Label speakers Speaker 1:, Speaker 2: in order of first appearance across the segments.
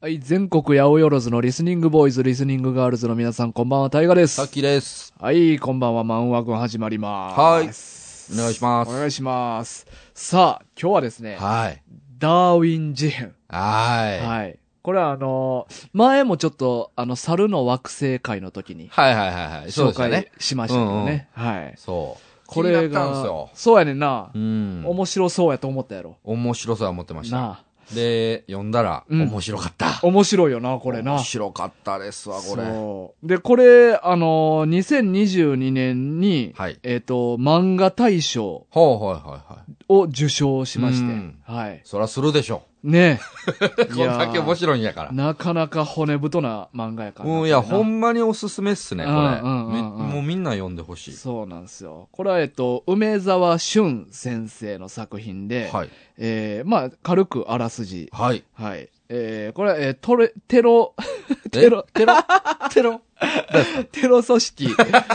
Speaker 1: はい、全国八百万のリスニングボーイズ、リスニングガールズの皆さん、こんばんは、タイガです。
Speaker 2: さっきです。
Speaker 1: はい、こんばんは、漫画軍始まります。
Speaker 2: はいお願いします
Speaker 1: お願いします。さあ、今日はですね、
Speaker 2: はい。
Speaker 1: ダーウィン事変。
Speaker 2: は
Speaker 1: はい。これはあのー前もちょっと、あの、猿の惑星会の時
Speaker 2: い。
Speaker 1: に
Speaker 2: はいはいはいはい。そ
Speaker 1: 紹
Speaker 2: うですよね
Speaker 1: 介。しましたけどね。はい。
Speaker 2: そう。
Speaker 1: これ
Speaker 2: 気になったんです
Speaker 1: が
Speaker 2: よ、。
Speaker 1: そうやねんな
Speaker 2: う。ん。
Speaker 1: 面白そうやと思ったやろ。
Speaker 2: 面白さは持ってました。
Speaker 1: なあ。
Speaker 2: で、読んだら、
Speaker 1: うん
Speaker 2: 面白かった。
Speaker 1: 面白いよな、これな
Speaker 2: 面。白かったですわ、これ。
Speaker 1: そう。で、これ、あのー、2022年に、
Speaker 2: はい
Speaker 1: えっ、と、漫画大賞
Speaker 2: ほうほうほうほう。
Speaker 1: を受賞しまして、
Speaker 2: うん
Speaker 1: はい。
Speaker 2: そらするでしょ。
Speaker 1: ねい
Speaker 2: こん
Speaker 1: やー
Speaker 2: だけ面白いんやから。
Speaker 1: なかなか骨太な漫画やからな。
Speaker 2: うん、いや、
Speaker 1: これな
Speaker 2: ほんまにおすすめっすね、これ。
Speaker 1: うんうん
Speaker 2: み
Speaker 1: うんうん
Speaker 2: もうみんな読んでほしい。
Speaker 1: そうなんですよ。これは、えっと、梅沢俊先生の作品で、
Speaker 2: はい。
Speaker 1: えーまあ、軽くあらすじ。
Speaker 2: はい。
Speaker 1: はい。えーこれは、えートレ、テロ、
Speaker 2: え
Speaker 1: テロ、テロ、テロ、テロ組織、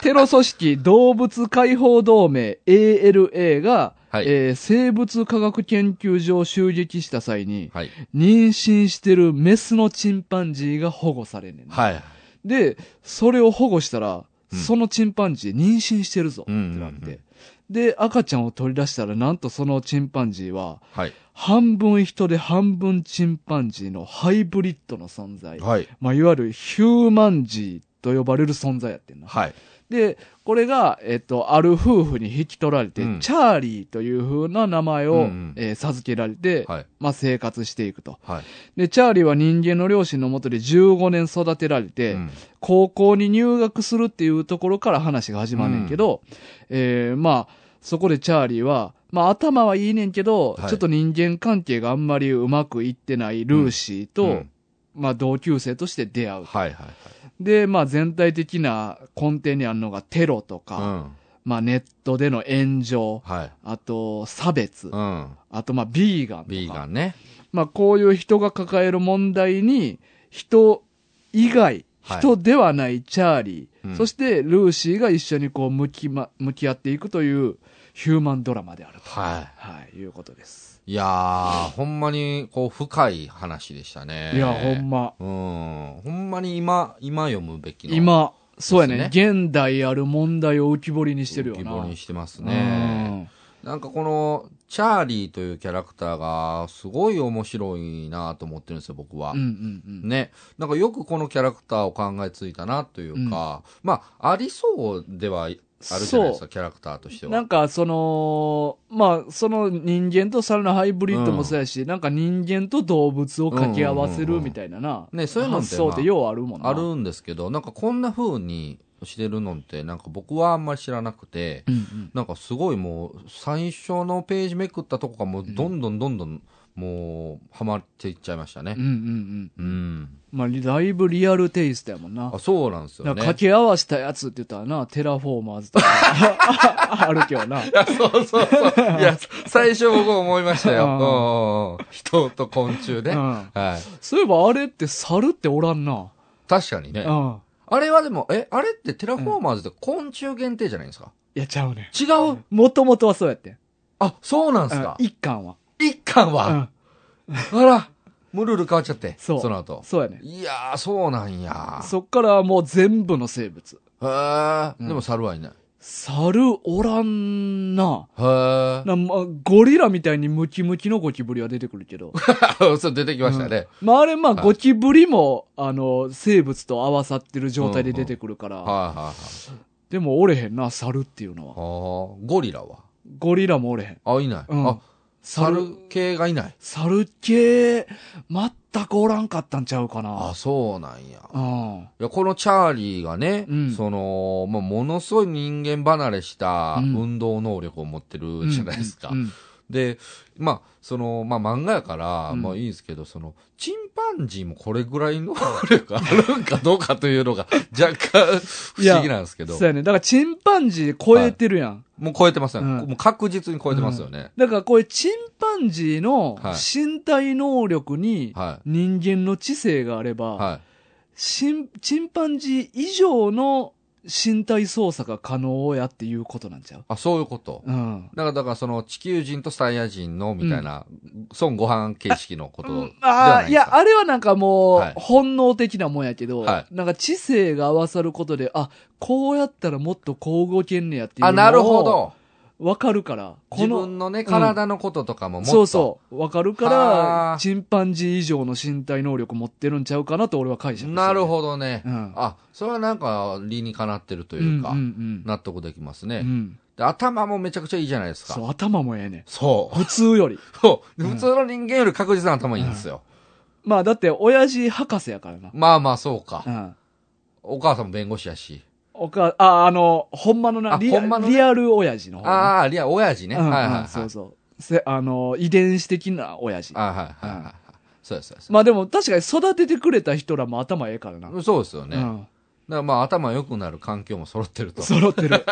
Speaker 1: テロ組織動物解放同盟 ALA が、
Speaker 2: はい
Speaker 1: えー生物科学研究所を襲撃した際に、
Speaker 2: はい。
Speaker 1: 妊娠してるメスのチンパンジーが保護されんねんな。
Speaker 2: はい。
Speaker 1: で、それを保護したら、
Speaker 2: うん
Speaker 1: そのチンパンジー妊娠してるぞって
Speaker 2: うんうんうん
Speaker 1: なって。で、赤ちゃんを取り出したら、なんとそのチンパンジーは、
Speaker 2: はい。
Speaker 1: 半分人で半分チンパンジーのハイブリッドの存在。
Speaker 2: はい。
Speaker 1: まあ、いわゆるヒューマンジーと呼ばれる存在やってんな。
Speaker 2: はい。
Speaker 1: で、これが、えっと、ある夫婦に引き取られて、
Speaker 2: うん
Speaker 1: チャーリーという風な名前を、
Speaker 2: うんうん
Speaker 1: えー授けられて、
Speaker 2: はい。
Speaker 1: まあ、生活していくと。
Speaker 2: はい。
Speaker 1: で、チャーリーは人間の両親のもとで15年育てられて、
Speaker 2: うん
Speaker 1: 高校に入学するっていうところから話が始まんねんけど、えーまあ、そこでチャーリーは、まあ頭はいいねんけど、
Speaker 2: はい
Speaker 1: ちょっと人間関係があんまりうまくいってないルーシーと、
Speaker 2: うん
Speaker 1: まあ同級生として出会う。
Speaker 2: はいはい
Speaker 1: で、まあ全体的な根底にあるのがテロとか、
Speaker 2: はい。
Speaker 1: まあネットでの炎上
Speaker 2: うん。、はい。
Speaker 1: あと差別、
Speaker 2: うん。
Speaker 1: あとまあビーガンとか。
Speaker 2: ビーガンね。
Speaker 1: まあこういう人が抱える問題に、人以外、
Speaker 2: はい
Speaker 1: 人ではないチャーリー、
Speaker 2: うん
Speaker 1: そしてルーシーが一緒にこう向きま、向き合っていくというヒューマンドラマであると。
Speaker 2: は
Speaker 1: はい、いうことです。
Speaker 2: い。いやー、ほんまに、こう、深い話でしたね。
Speaker 1: いや、ほんま。
Speaker 2: ま。うん。ほんまに今、今読むべきの。、
Speaker 1: 今、そうやね
Speaker 2: です
Speaker 1: 現代ある問題を浮き彫りにしてるよな。
Speaker 2: 浮き彫りにしてますね。
Speaker 1: うん
Speaker 2: なんかこの、チャーリーというキャラクターが、すごい面白いなと思ってるんですよ、僕は。
Speaker 1: うんうん
Speaker 2: ね。なんかよくこのキャラクターを考えついたなというか、まあ、ありそうではあるじゃないです
Speaker 1: そ
Speaker 2: か、キャラクターとして
Speaker 1: うん。
Speaker 2: は。
Speaker 1: なんか、その、まあ、その人間と猿のハイブリッドもそうやし、なんか人間と動物を掛け合わせるみたいなな。
Speaker 2: ね、そういうのって、
Speaker 1: 発想ってようあるもんな。
Speaker 2: あるんですけど、なんかこんな風にしてるのって、なんか僕はあんまり知らなくて、
Speaker 1: うんうん。
Speaker 2: なんかすごいもう、最初のページめくったとこがもう、どんどんどんどん、もう、ハマっていっちゃいましたね
Speaker 1: うんう。んうん。
Speaker 2: うん。
Speaker 1: まあ、だいぶリアルテイストやもんな。
Speaker 2: あ、そうなんですよ
Speaker 1: なんか
Speaker 2: ね
Speaker 1: 掛。け合わせたやつって言ったらな、テラフォーマーズ とか、あるけどな。
Speaker 2: いやそうそうそう。いや、最初僕思いましたよ。
Speaker 1: うん
Speaker 2: うん人と昆虫ね。
Speaker 1: うん
Speaker 2: はい。
Speaker 1: そういえばあれって猿っておらんな。
Speaker 2: 確かに
Speaker 1: う
Speaker 2: ね。
Speaker 1: ん。
Speaker 2: あれはでも、え、あれってテラフォーマーズって昆虫限定じゃないんですか
Speaker 1: いや、ちゃうね。
Speaker 2: 違う
Speaker 1: もともとはそうやってん。
Speaker 2: あ、そうなんで
Speaker 1: う
Speaker 2: す
Speaker 1: ん
Speaker 2: か
Speaker 1: 一巻は。
Speaker 2: 一巻は
Speaker 1: うん。
Speaker 2: あら、ムルル変わっちゃって、
Speaker 1: そう
Speaker 2: その後。
Speaker 1: そうやね。
Speaker 2: いやー、そうなんや。
Speaker 1: そっからもう全部の生物。
Speaker 2: へー、
Speaker 1: うん
Speaker 2: でも猿はいない。
Speaker 1: 猿おらんな。
Speaker 2: へー。
Speaker 1: なまあ、ゴリラみたいにムキムキのゴキブリは出てくるけど。
Speaker 2: そう、出てきましたね。
Speaker 1: まああれまあ
Speaker 2: はい
Speaker 1: ゴキブリも、あの、生物と合わさってる状態で出てくるから。
Speaker 2: はいはいはい。
Speaker 1: でもおれへんな、猿っていうの
Speaker 2: あ
Speaker 1: は。
Speaker 2: ーゴリラは
Speaker 1: ゴリラもおれへん。
Speaker 2: あ、いない。
Speaker 1: うん
Speaker 2: あ、猿系がいない。
Speaker 1: 猿系、全くおらんかったんちゃうか
Speaker 2: あ、
Speaker 1: な。
Speaker 2: そうなんや。
Speaker 1: うん。
Speaker 2: いやこのチャーリーがね、
Speaker 1: うん
Speaker 2: その、まあ、ものすごい人間離れした
Speaker 1: うん
Speaker 2: 運動能力を持ってるじゃないですか。
Speaker 1: うんうん
Speaker 2: で、まあ、その、まあ、漫画やから、
Speaker 1: うん
Speaker 2: まあいいんですけど、その、チンパンジーもこれぐらいの能 力あるんかどうかというのが、若干不思議なんですけど
Speaker 1: そう、やね。だからチンパンジー超えてるやん。
Speaker 2: もう超えてますよ、
Speaker 1: うん
Speaker 2: もう確実に超えてますよね。
Speaker 1: だからこれチンパンジーの
Speaker 2: はい
Speaker 1: 身体能力に
Speaker 2: は
Speaker 1: 人間の知性があれ
Speaker 2: い。
Speaker 1: ば、
Speaker 2: は
Speaker 1: しんチンパンジー以上の身体操作が可能やっていうことなんちゃう
Speaker 2: あ、そういうこと。
Speaker 1: うん。
Speaker 2: だから、だからその地球人とサイヤ人のみたいな、孫悟飯形式のことでは
Speaker 1: あ
Speaker 2: な
Speaker 1: あ、い
Speaker 2: いです
Speaker 1: や、
Speaker 2: か。
Speaker 1: あれはなんかもう、
Speaker 2: はい
Speaker 1: 本能的なもんやけど、
Speaker 2: は
Speaker 1: なんか知性が合わさることで、あ、こうやったらもっとこう動けんねやっていうの
Speaker 2: あ、なるほ。ど。
Speaker 1: わかるから。
Speaker 2: 自
Speaker 1: この、
Speaker 2: 分のね、
Speaker 1: ん
Speaker 2: 体のこととかももっと。
Speaker 1: そうそう。わかるか
Speaker 2: は
Speaker 1: ら
Speaker 2: あ、
Speaker 1: チンパンジー以上の身体能力持ってるんちゃうかなと俺は解釈してる、
Speaker 2: なるほどね。
Speaker 1: うん
Speaker 2: あ、それはなんか理にかなってると
Speaker 1: ど
Speaker 2: いうか、
Speaker 1: んうん
Speaker 2: 納得できます
Speaker 1: う
Speaker 2: ね、
Speaker 1: んうん。
Speaker 2: で。頭もめちゃくちゃいいじゃないですか。
Speaker 1: そう、頭もええねん。
Speaker 2: そう。
Speaker 1: 普通より。
Speaker 2: そ う。
Speaker 1: うん
Speaker 2: 普通の人間より確実な頭いいんですよ。
Speaker 1: まあだって、親父博士やからな。
Speaker 2: まあまあ、そうか
Speaker 1: う。ん。
Speaker 2: お母さんも弁護士やし。
Speaker 1: おか、あ、あの、ほんまのな、
Speaker 2: あ
Speaker 1: リア
Speaker 2: ほんまのね
Speaker 1: リアル親父の方な
Speaker 2: ああ、いや、親父ね。
Speaker 1: うんうん
Speaker 2: はいはいはい。
Speaker 1: そうそう。せ、あの、遺伝子的な親父。
Speaker 2: あはいはいはいはい。そうです、そうです。
Speaker 1: まあでも確かに育ててくれた人らも頭ええからな。
Speaker 2: そうですよね。
Speaker 1: う
Speaker 2: だか
Speaker 1: ん。
Speaker 2: らまあ、頭良くなる環境も揃ってると。
Speaker 1: 揃って る。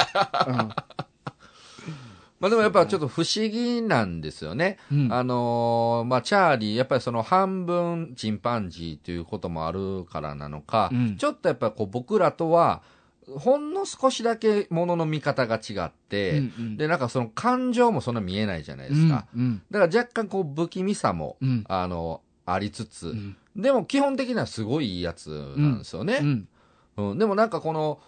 Speaker 1: うん
Speaker 2: まあでもやっぱちょっと不思議なんですよね。
Speaker 1: うん
Speaker 2: あのーまあ、チャーリー、やっぱりその半分チンパンジーということもあるからなのか、
Speaker 1: うん
Speaker 2: ちょっとやっぱりこう僕らとは、ほんの少しだけものの見方が違って、
Speaker 1: うんうん
Speaker 2: で、なんかその感情もそんな見えないじゃないですか。
Speaker 1: うん
Speaker 2: だから若干こう不気味さも、
Speaker 1: うん
Speaker 2: あの、ありつつ、
Speaker 1: うん
Speaker 2: でも基本的にはすごいいいやつなんですよね。
Speaker 1: うん
Speaker 2: うん、でもなんかこの、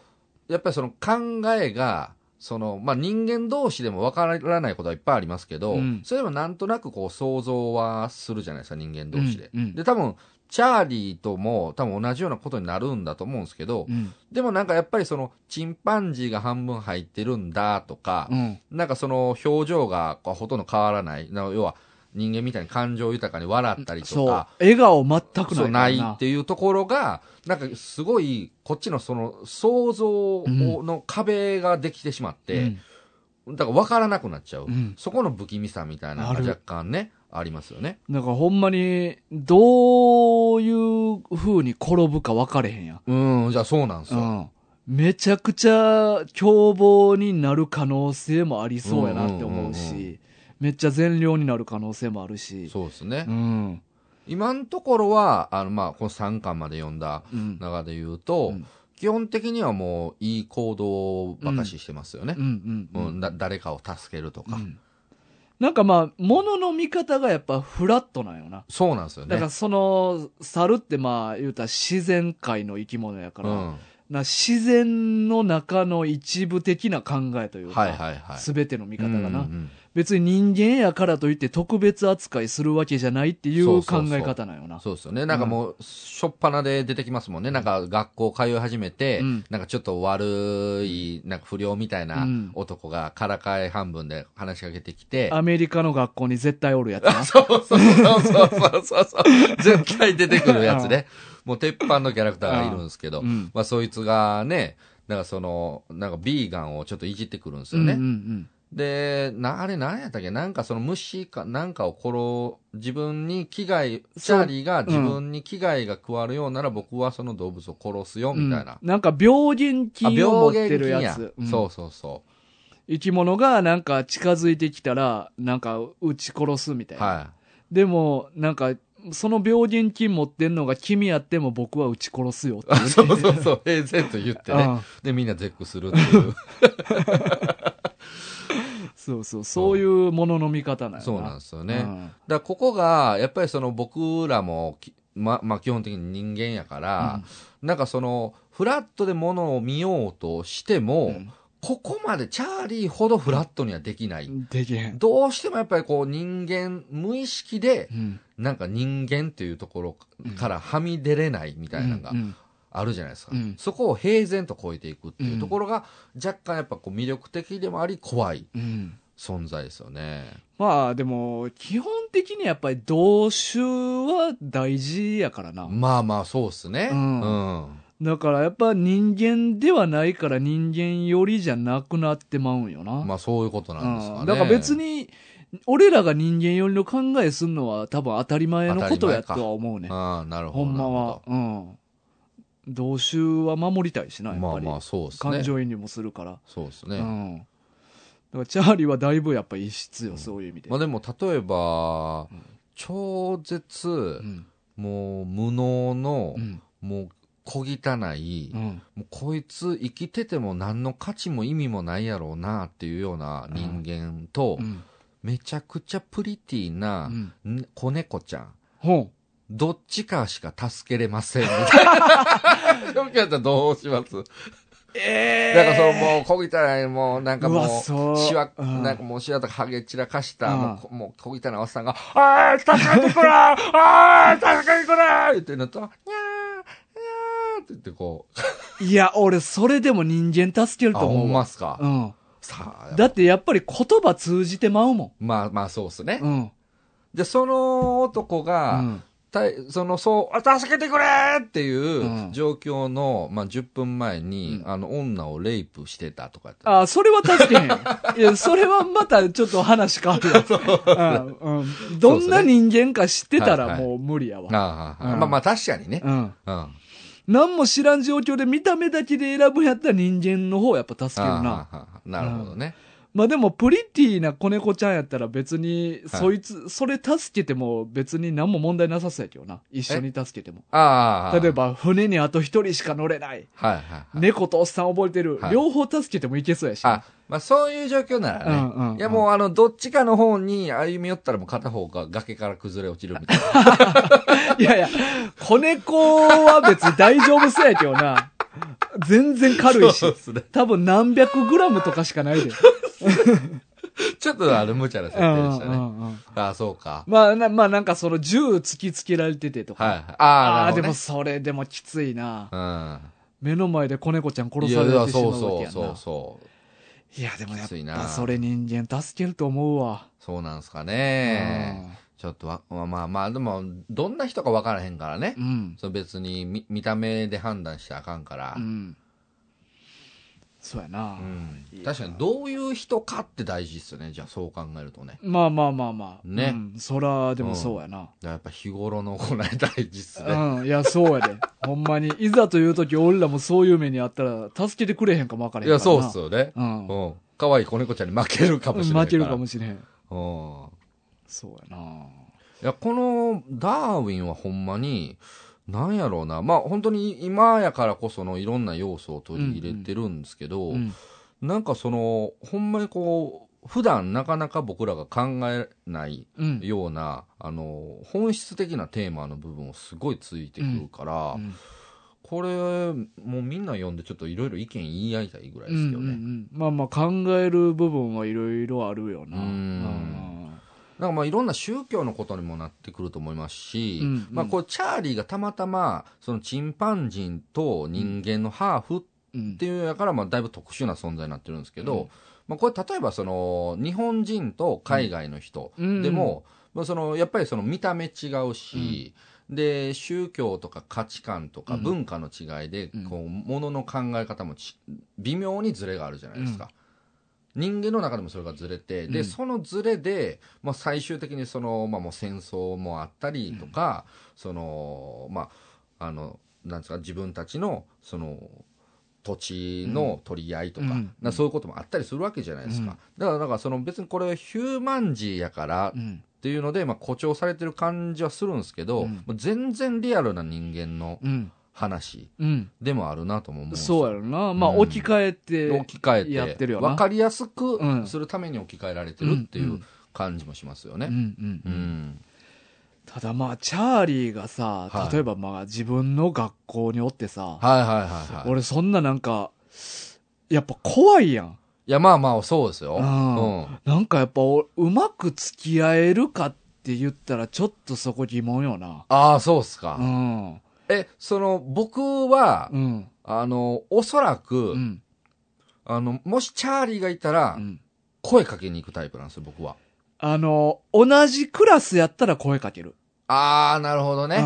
Speaker 2: やっぱりその考えが、その、まあ、人間同士でもわからないことはいっぱいありますけど、
Speaker 1: うん
Speaker 2: それでもなんとなくこう想像はするじゃないですか、人間同士で。
Speaker 1: うんうん
Speaker 2: で、多分、チャーリーとも多分同じようなことになるんだと思うんですけど、
Speaker 1: うん
Speaker 2: でもなんかやっぱりその、チンパンジーが半分入ってるんだとか、
Speaker 1: うん
Speaker 2: なんかその表情がこうほとんど変わらない。な要は、人間みたいに感情豊かに笑ったり
Speaker 1: そ
Speaker 2: と
Speaker 1: う
Speaker 2: か、。
Speaker 1: 笑顔全く
Speaker 2: そう
Speaker 1: な
Speaker 2: ないい
Speaker 1: から
Speaker 2: っていうところが、なんかすごい、こっちのその想像をの壁ができてしまって、だから分からなくなっちゃう。
Speaker 1: うん
Speaker 2: そこの不気味さみたいなの
Speaker 1: あ
Speaker 2: が
Speaker 1: る
Speaker 2: 若干ね、ありますよね。
Speaker 1: うんなんかほんまに、どういう風に転ぶか分かれへんや。
Speaker 2: うん、じゃあそうなんです
Speaker 1: う
Speaker 2: よ。
Speaker 1: ん。めちゃくちゃ凶暴になる可能性もありそうやなって思う
Speaker 2: うんうんうん
Speaker 1: し、めっちゃ善良になる可能性もあるし。
Speaker 2: そうですね。
Speaker 1: うん。
Speaker 2: 今のところは、あの、まあ、この3巻まで読んだ
Speaker 1: うん。
Speaker 2: 中で言うと、
Speaker 1: うん
Speaker 2: 基本的にはもういい行動ばかししてますよね。
Speaker 1: うんう
Speaker 2: うん
Speaker 1: ん
Speaker 2: だ誰かを助けると
Speaker 1: う
Speaker 2: か。
Speaker 1: ん。なんかまあ、ものの見方がやっぱフラットなんよな。
Speaker 2: そうなんですよね。
Speaker 1: だからその、猿ってまあ言うたら自然界の生き物やから、
Speaker 2: うん。
Speaker 1: な自然の中の一部的な考えというか、
Speaker 2: はいはいはい。
Speaker 1: 全ての見方がな、
Speaker 2: うんうんうん
Speaker 1: 別に人間やからといって特別扱いするわけじゃないってい
Speaker 2: そううそう
Speaker 1: 考
Speaker 2: そう
Speaker 1: え方なんよな。
Speaker 2: そうですよね。なんかもう、しょっぱなで出てきますもんね。なんか学校通い始めて、
Speaker 1: うん
Speaker 2: なんかちょっと悪い、なんか不良みたいな
Speaker 1: うん
Speaker 2: 男がからかい半分で話しかけてきて、
Speaker 1: アメリカの学校に絶対おるやつな。
Speaker 2: そうそうそうそうそ うそう、絶対出てくるやつね。もう鉄板のキャラクターがいるんですけど、
Speaker 1: うん
Speaker 2: まあそいつがね、なんかその、なんかビーガンをちょっといじってくるんです
Speaker 1: う
Speaker 2: よ
Speaker 1: ん
Speaker 2: ね。
Speaker 1: うんうん
Speaker 2: で、な、あれ何やったっけなんかその虫か、なんかを殺、自分に危害、チ
Speaker 1: そう
Speaker 2: ャーリーが
Speaker 1: ん
Speaker 2: 自分に危害が加わるようなら僕はその動物を殺すよ、みたいな。
Speaker 1: うんなんか病原菌を持ってるやつ。うん
Speaker 2: そうそうそ
Speaker 1: 生き物がなんか近づいてきたら、なんか撃ち殺すみた
Speaker 2: う。
Speaker 1: いな。
Speaker 2: は
Speaker 1: でも、なんか、その病原菌持ってんのが君やっても僕は撃ち殺すよっていうね、
Speaker 2: い。そうそうそう、平然と言って
Speaker 1: う
Speaker 2: ね
Speaker 1: ん。
Speaker 2: で、みんな絶句するっ ていう。
Speaker 1: そうそう、そういうものの見方なんや
Speaker 2: そうなん
Speaker 1: で
Speaker 2: ですよね。だからここが、やっぱりその僕らもき、ま、まあ、基本的に人間やから、なんかその、フラットでものを見ようとしても、ここまでチャーリーほどフラットにはできない。
Speaker 1: できへん。
Speaker 2: どうしてもやっぱりこう人間、無意識で
Speaker 1: う、ん
Speaker 2: なんか人間っていうところからはみ出れないみたいなのが
Speaker 1: うん
Speaker 2: あるじゃないですか。
Speaker 1: うん
Speaker 2: そこを平然と超えていくっていううんところが、若干やっぱこう魅力的でもあり、怖い
Speaker 1: うん
Speaker 2: 存在ですよね。
Speaker 1: まあでも、基本的にやっぱり同種は大事やからな。
Speaker 2: まあまあ、そうっすね。
Speaker 1: う
Speaker 2: うんん。
Speaker 1: だからやっぱ人間ではないから人間よりじゃなくなってまうんよな。
Speaker 2: まあ、そういうことなんですかね。
Speaker 1: うんだから別に、俺らが人間寄りの考えするのは多分当たり前のことやとは思うね。
Speaker 2: ああ、なる
Speaker 1: ほ
Speaker 2: ほど。
Speaker 1: んまは。うん。同種は守りたいしな、
Speaker 2: な
Speaker 1: や
Speaker 2: る
Speaker 1: っぱ
Speaker 2: ほど。まあ
Speaker 1: り。
Speaker 2: まあ、そうっすね
Speaker 1: 感。情移入もするから。
Speaker 2: そうっす
Speaker 1: う
Speaker 2: ね。
Speaker 1: ん。だからチャーリーはだいぶやっぱ異質よ、そういう意味で
Speaker 2: まあ。でも、例えば、超絶、
Speaker 1: うん
Speaker 2: もう無能の、
Speaker 1: うん
Speaker 2: もう小汚い、
Speaker 1: うん。
Speaker 2: もうこいつ生きてても何の価値も意味もないやろうなっていうような人間と、
Speaker 1: うん。
Speaker 2: めちゃくちゃプリティ
Speaker 1: う。
Speaker 2: なんん子猫ちゃん。
Speaker 1: ほん。
Speaker 2: どっちかしか助けれませ んみ たいな。よくやったらどうします
Speaker 1: え
Speaker 2: だからそのもう、こぎたらもうなんか
Speaker 1: うわ
Speaker 2: も
Speaker 1: そう
Speaker 2: う、しわ、
Speaker 1: うん
Speaker 2: なんかもうしわとかハゲ散らかした、
Speaker 1: うん
Speaker 2: もうこ、もうこぎたらおっさんが、あー、助けてくれあー、助けてくれ言ってなったら、にゃー、にゃーって言ってこう、
Speaker 1: いや、俺、それでも人間助ける
Speaker 2: あ、
Speaker 1: と思
Speaker 2: ほ
Speaker 1: うんわ。
Speaker 2: ますか。
Speaker 1: うん。
Speaker 2: さあ、
Speaker 1: だってやっぱり言葉通じてまうも
Speaker 2: まあまあそうっすね
Speaker 1: ん。。うん。
Speaker 2: で、その男が、
Speaker 1: うん
Speaker 2: たいその、そう、あ助けてくれっていううん状況の、まあ、10分前に、
Speaker 1: うん
Speaker 2: あの、女をレイプしてたとかって。
Speaker 1: あ、それは助 けへん。いや、それはまたちょっと話変わるわ。うんうんどんな人間か知ってた
Speaker 2: はい
Speaker 1: ら
Speaker 2: はい
Speaker 1: もう無理や
Speaker 2: あ
Speaker 1: わ。
Speaker 2: あああ
Speaker 1: うん
Speaker 2: まあまあ、確かにね
Speaker 1: う。ん。
Speaker 2: うん。
Speaker 1: 何も知らん状況で見た目だけで選ぶんやったら人間の方やっぱ助けるな。
Speaker 2: ああああなるほどね。
Speaker 1: まあでもプリティな子猫ちゃんやったら別に、そいつ、それ助けても別に何も問題なさそうやけどな。一緒に助けても。
Speaker 2: ああ。
Speaker 1: 例え。ば船にあと一人しか乗れない。
Speaker 2: はいはいはい。
Speaker 1: 猫とおっさん覚えてる。
Speaker 2: はい
Speaker 1: 両方助けてもいけそうやし。
Speaker 2: あ、まあそういう状況ならね。
Speaker 1: うんうんうん
Speaker 2: いやもうあの、どっちかの方に歩み寄ったらもう片方が崖から崩れ落ちるみ たいな。
Speaker 1: いやいや、子猫は別に大丈夫そうやけどな。全然軽いし
Speaker 2: そうっ。すね
Speaker 1: 多分何百グラムとかしかないで。
Speaker 2: ちょっとあの、無茶な設
Speaker 1: うんう
Speaker 2: 定で
Speaker 1: ん
Speaker 2: し
Speaker 1: う
Speaker 2: たね。
Speaker 1: んうん
Speaker 2: ああ、そうか。
Speaker 1: まあな、まあなんかその銃突きつけられててとか。
Speaker 2: はいはい。あ
Speaker 1: あ
Speaker 2: あ、な
Speaker 1: あ、
Speaker 2: るほ
Speaker 1: で
Speaker 2: ど
Speaker 1: も
Speaker 2: ね。
Speaker 1: それでもきついな。
Speaker 2: うん。
Speaker 1: 目の前で子猫ちゃん殺
Speaker 2: い
Speaker 1: さ
Speaker 2: や
Speaker 1: れ
Speaker 2: いや
Speaker 1: てしま
Speaker 2: そうう
Speaker 1: わけ
Speaker 2: そう
Speaker 1: やん
Speaker 2: そう
Speaker 1: な。
Speaker 2: そう。
Speaker 1: いや、でもやっ
Speaker 2: きつい
Speaker 1: ぱ
Speaker 2: な
Speaker 1: それ人間助けると思うわ。
Speaker 2: そうなんですかね。ちょっとわ、まあまあまあ、でも、どんな人か分からへんからね
Speaker 1: う。ん。
Speaker 2: そう別に見見た目で判断してあかんから
Speaker 1: う。ん。そうやな。
Speaker 2: うん
Speaker 1: いいな
Speaker 2: 確かに、どういう人かって大事っすよね。じゃあ、そう考えるとね。
Speaker 1: まあまあまあまあ。
Speaker 2: ね
Speaker 1: うんそら、でもそうやな。
Speaker 2: だからやっぱ日頃の行い大事っすね。
Speaker 1: うん。いや、そうやで。ほんまに。いざという時、俺らもそういう目にあったら、助けてくれへんかもわからへ
Speaker 2: い
Speaker 1: んから
Speaker 2: や、
Speaker 1: な。
Speaker 2: そうっすよね。
Speaker 1: うん。
Speaker 2: うん。可愛い子猫ちゃんに負けるかもしれない。
Speaker 1: 負けるかもしれへん。
Speaker 2: うん。
Speaker 1: そうやな。
Speaker 2: いや、このダーウィンはほんまに、なんやろうな。まあ、本当に今やからこそのいろんな要素を取り入れてるんですけど、
Speaker 1: うん。
Speaker 2: なんかその、ほんまにこう、普段なかなか僕らが考えない
Speaker 1: うん。
Speaker 2: ような、あの、本質的なテーマの部分をすごいついてくるから、
Speaker 1: うん
Speaker 2: これ、もうみんな読んでちょっといろいろ意見言い合いたいぐらいですけどね。
Speaker 1: うんうんうんまあまあ考える部分はいろいろあるよな。
Speaker 2: うんなんかまあいろんな宗教のことにもなってくると思いますし、
Speaker 1: うんうん
Speaker 2: まあこうチャーリーがたまたまそのチンパンジンと人間のハーフっ
Speaker 1: うん
Speaker 2: ていうやからまあだいぶ特殊な存在になってるんですけど、
Speaker 1: うん
Speaker 2: まあこれ例えばその日本人と海外の人
Speaker 1: うん
Speaker 2: でも、まあそのやっぱりその見た目違うし、で宗教とか価値観とか
Speaker 1: うん
Speaker 2: 文化の違いで
Speaker 1: うん
Speaker 2: こうものの考え方もち微妙にズレがあるじゃないですか。人間の中でもそれがずれて、で、
Speaker 1: うん
Speaker 2: そのずれで、まあ、最終的にその、まあ、もう戦争もあったりとか、その、まあ、あの、なんですか、自分たちの、その、土地の取り合いとか、
Speaker 1: うん
Speaker 2: なそういうこともあったりするわけじゃないですか。だから、だからその別にこれヒューマンジーやから
Speaker 1: う
Speaker 2: っ
Speaker 1: ん
Speaker 2: ていうので、まあ誇張されてる感じはするんですけど、
Speaker 1: うん
Speaker 2: もう全然リアルな人間の
Speaker 1: うん
Speaker 2: 話
Speaker 1: うん
Speaker 2: でもあるなとも思うんですよ
Speaker 1: そうやろな。まあ
Speaker 2: うん
Speaker 1: 置き換えて。
Speaker 2: 置き換えて
Speaker 1: やってるよな
Speaker 2: 分かりやすく
Speaker 1: うん
Speaker 2: するために置き換えられてるってい
Speaker 1: ん
Speaker 2: うう感じもしますよ
Speaker 1: うんうん
Speaker 2: ね。う
Speaker 1: うん
Speaker 2: ん
Speaker 1: ただまあチャーリーがさ
Speaker 2: は、い
Speaker 1: 例えばまあ自分の学校におってさ、
Speaker 2: はいはいはいはい。
Speaker 1: 俺そんななんか、やっぱ怖いやん。
Speaker 2: いやまあまあそうですよ。
Speaker 1: う
Speaker 2: うんん
Speaker 1: なんかやっぱおうまく付き合えるかって言ったらちょっとそこ疑問よな。
Speaker 2: ああそうっす
Speaker 1: う
Speaker 2: か。
Speaker 1: ん。
Speaker 2: え、その僕は
Speaker 1: う、ん。
Speaker 2: あの、おそら
Speaker 1: う
Speaker 2: く、
Speaker 1: ん。
Speaker 2: あの、もしチャーリーがいたら
Speaker 1: う、ん
Speaker 2: 声かけに行くタイプなんですよ、僕は。
Speaker 1: あの、同じクラスやったら声かける。
Speaker 2: ああ、なるほどね。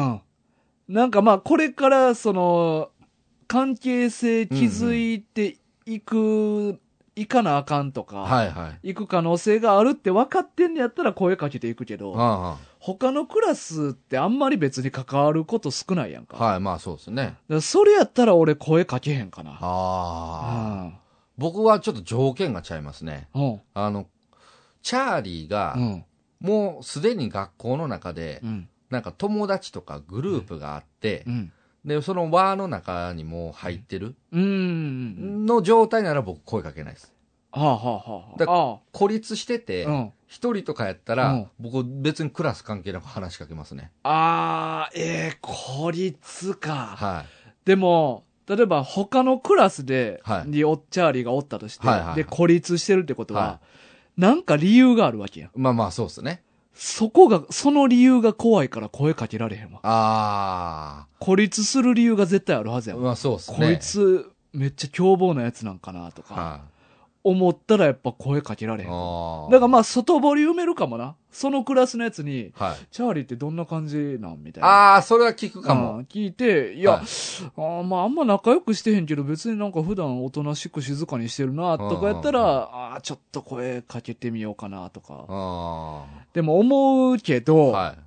Speaker 1: うん。なんかまあ、これから、その、関係性築いていく、いかなあかんとか、
Speaker 2: はいはい。
Speaker 1: いく可能性があるって分かってんのやったら声かけていくけど、
Speaker 2: あ
Speaker 1: 他のクラスってあんまり別に関わること少ないやんか。
Speaker 2: あはい、まあそうですね。
Speaker 1: だからそれやったら俺声かけへんかな。
Speaker 2: ああ。僕はちょっと条件がちゃいますね。
Speaker 1: うん。うん。
Speaker 2: あの、チャーリーが
Speaker 1: う、ん。
Speaker 2: もうすでに学校の中で
Speaker 1: う、ん。
Speaker 2: なんか友達とかグループがあって
Speaker 1: う、ん。
Speaker 2: で、その輪の中にもう入ってる
Speaker 1: うんうん。
Speaker 2: の状態なら僕声かけないです。
Speaker 1: はあはあはあ
Speaker 2: だ
Speaker 1: は
Speaker 2: 孤立してて、
Speaker 1: あ。うん。
Speaker 2: 一人とかやった
Speaker 1: う
Speaker 2: ら
Speaker 1: ん、
Speaker 2: 僕別にクラス関係なく話しかけますね。
Speaker 1: あー、えー、孤立か。
Speaker 2: は
Speaker 1: でも、例えば他のクラスで、
Speaker 2: はい
Speaker 1: におっチャーリーがおったとして、
Speaker 2: はいはいはい
Speaker 1: で、孤立してるってことは、
Speaker 2: は
Speaker 1: なんか理由があるわけやん。
Speaker 2: い。まあまあ、そうですね。
Speaker 1: そこが、その理由が怖いから声かけられへんわ。
Speaker 2: あ
Speaker 1: 孤立する理由が絶対あるはず
Speaker 2: あ、
Speaker 1: やん。
Speaker 2: まあそうですね。
Speaker 1: こいつ、めっちゃ凶暴なやつなんかなとか、
Speaker 2: は
Speaker 1: 思ったらやっぱ声かけられ
Speaker 2: い。
Speaker 1: へん。
Speaker 2: あ
Speaker 1: だからまあ、外堀埋めるかもな。そのクラスのやつに、
Speaker 2: あ、はい。
Speaker 1: チャーリーってどんな感じなんみたいな。
Speaker 2: ああ、それは聞くかも。
Speaker 1: うん聞いて、いや、
Speaker 2: はい
Speaker 1: あーまあ、あんま仲良くしてへんけど、別になんか普段おとなしく静かにしてるな、とかやったら、
Speaker 2: うんうんうん
Speaker 1: ああ、ちょっと声かけてみようかな、とか。
Speaker 2: あ
Speaker 1: でも思うけ
Speaker 2: あ、
Speaker 1: ど、
Speaker 2: はい。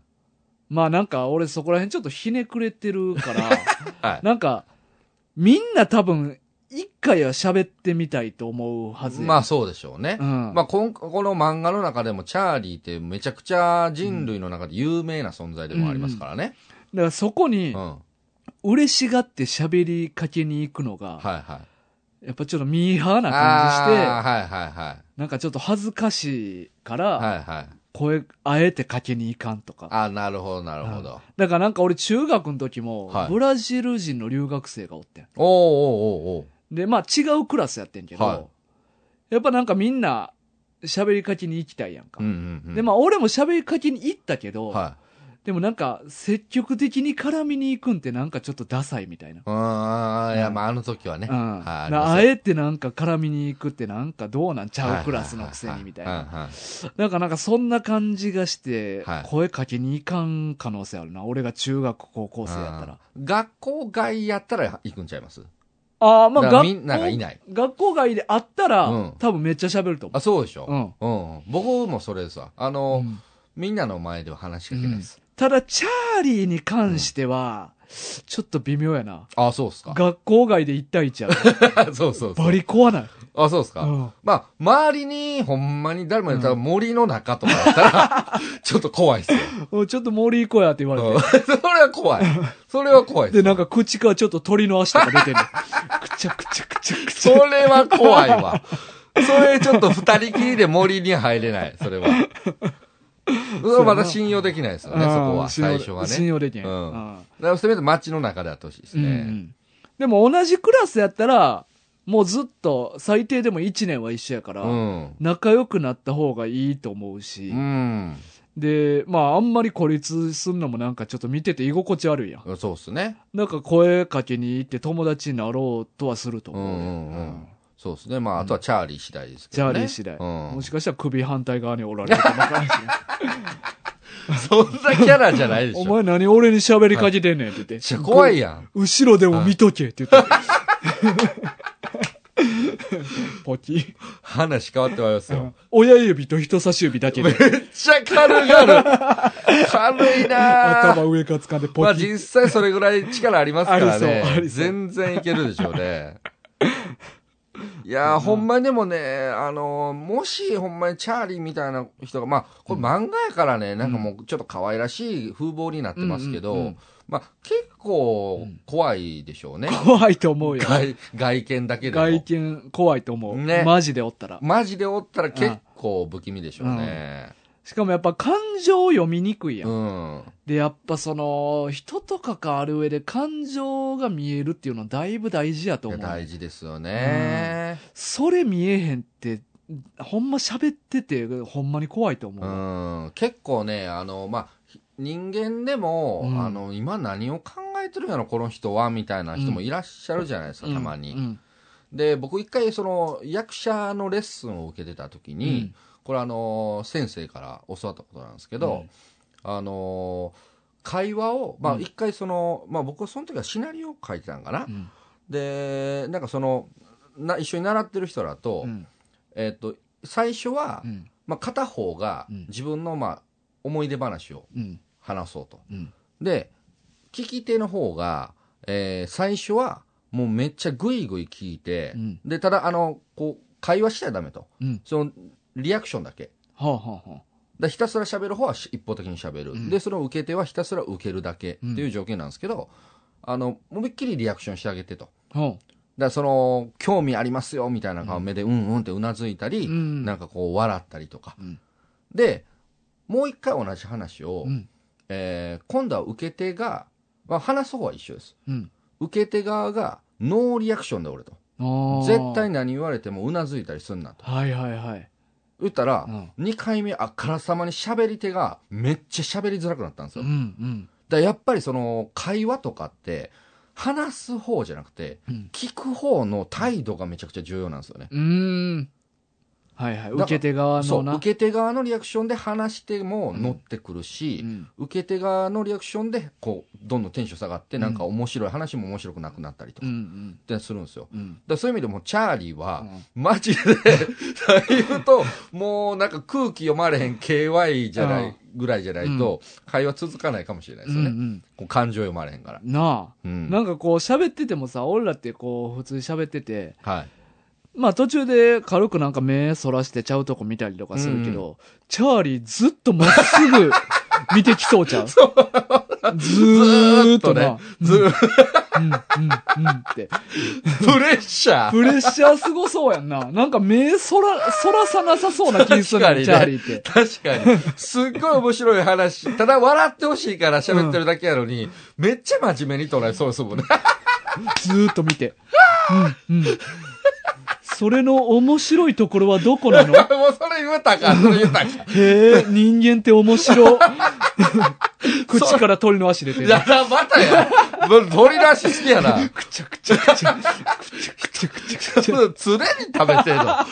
Speaker 1: まあなんか俺そこら辺ちょっとひねくれてる から、
Speaker 2: はい。
Speaker 1: なんか、みんな多分、一回は喋ってみたいと思うはずや
Speaker 2: まあそうでしょうね。
Speaker 1: うん。
Speaker 2: まあ、こんこの漫画の中でも、チャーリーってめちゃくちゃ人類の中で有名な存在でもありますからね。
Speaker 1: だからそこ
Speaker 2: うん。
Speaker 1: に、
Speaker 2: は
Speaker 1: 嬉しがって喋りかけに行くのが、
Speaker 2: いはい。
Speaker 1: やっぱちょっとミーハーな
Speaker 2: あ
Speaker 1: 感じして
Speaker 2: あ、、はいはいはい。
Speaker 1: なんかちょっと恥ずかしいから、
Speaker 2: はいはい。
Speaker 1: 声、あえてかけにいかんとか。
Speaker 2: ああ、なるほどなるほど。
Speaker 1: だからなんか俺中学の時も
Speaker 2: は、い
Speaker 1: ブラジル人の留学生がおってん。
Speaker 2: おおうおうおう
Speaker 1: で、まあ違うクラスやってんけど、
Speaker 2: は
Speaker 1: やっぱなんかみんな喋りかけに行きたいやんか。
Speaker 2: おう。うんうんうん。
Speaker 1: で、まあ俺も喋りかけに行ったけど、
Speaker 2: は
Speaker 1: でもなんか積極的に絡みに行くんってなんかちょっとダサいみたいな。
Speaker 2: い。うん、いや、まああの時はね。
Speaker 1: うん。
Speaker 2: はいり
Speaker 1: な
Speaker 2: ま
Speaker 1: あ
Speaker 2: すよ
Speaker 1: えてなんか絡みに行くってなんかどうなんちゃうクラスのくせにみたいな。。なんかなんかそんな感感じがして
Speaker 2: はい、
Speaker 1: 声かけに行かん可能性あるな。俺が中学高校生やったら。
Speaker 2: うん。学校外やったら行くんちゃいます
Speaker 1: ああ、ま
Speaker 2: ま
Speaker 1: あ
Speaker 2: あ
Speaker 1: 学校、
Speaker 2: みんながいない。
Speaker 1: 学校外で会ったら、
Speaker 2: うん
Speaker 1: 多分めっちゃ喋ると思
Speaker 2: あ、そうでしょ。
Speaker 1: う。
Speaker 2: うん。僕もそれさ、あ
Speaker 1: う
Speaker 2: の、
Speaker 1: ん。
Speaker 2: みんなの前では話しかけないです。
Speaker 1: ただ、チャーリーに関しては、ちょっと微妙やな。
Speaker 2: あ、そうっすか。
Speaker 1: 学校外で一対一やる。
Speaker 2: そうそうそ
Speaker 1: バ
Speaker 2: う。
Speaker 1: リ怖ない。
Speaker 2: あ、そうっす
Speaker 1: う
Speaker 2: か。
Speaker 1: ん。
Speaker 2: まあ、周りに、ほんまに誰もやったら
Speaker 1: うん
Speaker 2: 森の中とかやったら、 ちょっと怖いっすよ。
Speaker 1: うんちょっと森行こうやって言わ
Speaker 2: うん
Speaker 1: れて。
Speaker 2: それは怖い。それは怖いっす
Speaker 1: で、なんか口からちょっと鳥の足とか出てる。 くちゃくちゃくちゃくち
Speaker 2: そ
Speaker 1: ゃ。
Speaker 2: れは怖いわ。それちょっと二人きりで森に入れない、それは。それはまだ信用できないですよね、そこ
Speaker 1: う
Speaker 2: は、
Speaker 1: ん信用
Speaker 2: 最初は
Speaker 1: 信
Speaker 2: ね。
Speaker 1: 用できん。
Speaker 2: うん
Speaker 1: うん
Speaker 2: だからせめて街の中であってほしいです
Speaker 1: うんう
Speaker 2: ね。
Speaker 1: んでも同じクラスやったら、もうずっと最低でも1年は一緒やから、
Speaker 2: うん。
Speaker 1: 仲良くなった方がいいと思うし、
Speaker 2: うん。
Speaker 1: で、まああんまり孤立すんのもなんかちょっと見てて居心地悪いやん。
Speaker 2: そうっすね。
Speaker 1: なんか声かけに行って友達になろうとはすると
Speaker 2: う
Speaker 1: 思
Speaker 2: ん
Speaker 1: う
Speaker 2: う
Speaker 1: ね、
Speaker 2: んう
Speaker 1: うんん。
Speaker 2: そうですね。まあ、あとはチャーリー次第ですけ
Speaker 1: チ
Speaker 2: ど
Speaker 1: ャ
Speaker 2: ね。
Speaker 1: ーリー次第、
Speaker 2: うん
Speaker 1: もしかしたら首反対側におられるかもわからんし な
Speaker 2: そんなキャラじゃないでし
Speaker 1: お
Speaker 2: ょ。
Speaker 1: 前何俺に喋りかけてんねんって言っ
Speaker 2: ち
Speaker 1: て。
Speaker 2: ゃ怖いやん。
Speaker 1: 後ろでも見とけって 言って。 ポキ。
Speaker 2: 話変わってまいりますよ。
Speaker 1: 親指と人差し指だけ
Speaker 2: めっ
Speaker 1: で
Speaker 2: ちゃ軽々。軽いなぁ。
Speaker 1: 頭上から掴んでポ
Speaker 2: まあ
Speaker 1: キ。
Speaker 2: 実際それぐらい力ありますからね
Speaker 1: ありそうあ。りそう
Speaker 2: 全然いけるでしょうね。いやー、ほんまにでもね、あのーもしほんまにチャーリーみたいな人が、まあ、これ漫画やからね、なんかもうちょっと可愛らしい風貌になってますけど、
Speaker 1: うんうんうん
Speaker 2: まあ、結構怖いでしょうね。
Speaker 1: 怖いと思うよ。
Speaker 2: 外外見だけでも。
Speaker 1: 外見怖いと思う。
Speaker 2: ね
Speaker 1: マジでおったら。
Speaker 2: マジでおったら結構不気味でしょうね。
Speaker 1: しかもやっぱ感情を読みにくいや。
Speaker 2: うんん。
Speaker 1: で、やっぱその、人とかかある上で感情が見えるっていうのはだいぶ大事やと
Speaker 2: い
Speaker 1: 思
Speaker 2: や
Speaker 1: う。
Speaker 2: 大事ですよね。
Speaker 1: それ見えへんって、ほんま喋ってて、ほんまに怖いと思
Speaker 2: う
Speaker 1: う。
Speaker 2: ん。結構ね、あの、まあ、ひ人間でも、
Speaker 1: うん
Speaker 2: あの、今何を考えてるんやろ、この人は、みたいな人もいらっしゃるじゃないですか、たまに。
Speaker 1: うん
Speaker 2: で、僕一回、その、役者のレッスンを受けてた時に、
Speaker 1: うん
Speaker 2: これあの、先生から教わったことなんですけど、あの、会話を、まあ
Speaker 1: うん
Speaker 2: 一回その、まあ僕はその時はシナリオを書いてたんかな。
Speaker 1: うん
Speaker 2: で、なんかその、な一緒に習ってる人だと、
Speaker 1: うん
Speaker 2: えっ、と、最初は、
Speaker 1: うん
Speaker 2: まあ、片方が
Speaker 1: うん
Speaker 2: 自分の、まあ、思い出話を
Speaker 1: うん
Speaker 2: 話そうと。
Speaker 1: うん
Speaker 2: で、聞き手の方が、えー最初は、もうめっちゃグイグイ聞いて、
Speaker 1: うん
Speaker 2: で、ただ、あの、こう、会話しちゃダメと。
Speaker 1: うん
Speaker 2: その、リアクションだけ。
Speaker 1: はあはあはあ
Speaker 2: だひたすら喋る方はし一方的に喋る、
Speaker 1: うん
Speaker 2: でその受け手はひたすら受けるだけっていう条件なんですけど、あの、思いっきりリアクションしてあげてと。だか
Speaker 1: うん。
Speaker 2: らその、興味ありますよみたいな顔目で、うんうんってうなずいたり、
Speaker 1: うん
Speaker 2: なんかこう笑ったりとか。
Speaker 1: うん
Speaker 2: で、もう一回同じ話を、
Speaker 1: うん。
Speaker 2: えー今度は受け手が、まあ、話す方は一緒です。
Speaker 1: うん。
Speaker 2: 受け手側が、ノーリアクションで俺と。
Speaker 1: あー
Speaker 2: 絶対。何言われてもうなずいたりすんなと。
Speaker 1: はいはいはい。
Speaker 2: 言ったら、
Speaker 1: うん
Speaker 2: 2回目、あからさまに喋り手がめっちゃ喋りづらくなったんです
Speaker 1: う
Speaker 2: よ。
Speaker 1: ん
Speaker 2: だか
Speaker 1: うん。
Speaker 2: らやっぱりその会話とかって、話す方じゃなくて、
Speaker 1: うん
Speaker 2: 聞く方の態度がめちゃくちゃ重要なんですよね。
Speaker 1: うーん。はいはい。
Speaker 2: から
Speaker 1: 受け手側
Speaker 2: そ
Speaker 1: の
Speaker 2: う、
Speaker 1: な。
Speaker 2: 受け手側のリアクションで話しても乗ってくるし、
Speaker 1: うん
Speaker 2: 受け手側のリアクションで、こう、どんどんテンション下がって、なんか面白い話も面白くなくなったりと
Speaker 1: う
Speaker 2: かっ
Speaker 1: ん
Speaker 2: てするんですよ。
Speaker 1: うん。うん。
Speaker 2: だからそういう意味でも、チャーリーは、
Speaker 1: うん
Speaker 2: マジで、 だいぶと、もうなんか空気読まれへん KY じゃな
Speaker 1: う
Speaker 2: い
Speaker 1: ん、
Speaker 2: ぐらいじゃないと、会話続かないかもしれないです
Speaker 1: うん
Speaker 2: よね。
Speaker 1: うん
Speaker 2: こう感情読まれへんから。
Speaker 1: なあ。
Speaker 2: うん。
Speaker 1: なんかこう喋っててもさ、俺らってこう普通に喋ってて、
Speaker 2: はい。
Speaker 1: まあ途中で軽くなんか目そらしてちゃうとこ見たりとかするけど、チャーリーずっとまっすぐ 見てきそうちゃう。ずーっと
Speaker 2: ずー
Speaker 1: ね
Speaker 2: っ。ずーっと
Speaker 1: うん、うん、うんって。
Speaker 2: プレッシャー。
Speaker 1: プレッシャーすごそうやんな。なんか目そら、そらさなさそうな気する
Speaker 2: 確か
Speaker 1: の、
Speaker 2: にね
Speaker 1: チャーリーって。
Speaker 2: 確かに。すっごい面白い話。ただ笑ってほしいから喋ってるだけやのに、めっちゃ真面目に捉えそうですもんね。
Speaker 1: ずーっと見て。うん、うん。それの面白いところはどこなの
Speaker 2: もうそれ言うたか、それ言うたか。
Speaker 1: へえ、人間って面 白。口から鳥の足出てる。
Speaker 2: やだ、またや。もう鳥の足好きやな。
Speaker 1: くちゃくちゃくちゃ、くちゃくちゃくちゃくちゃ。
Speaker 2: 常に食べてんの。チャ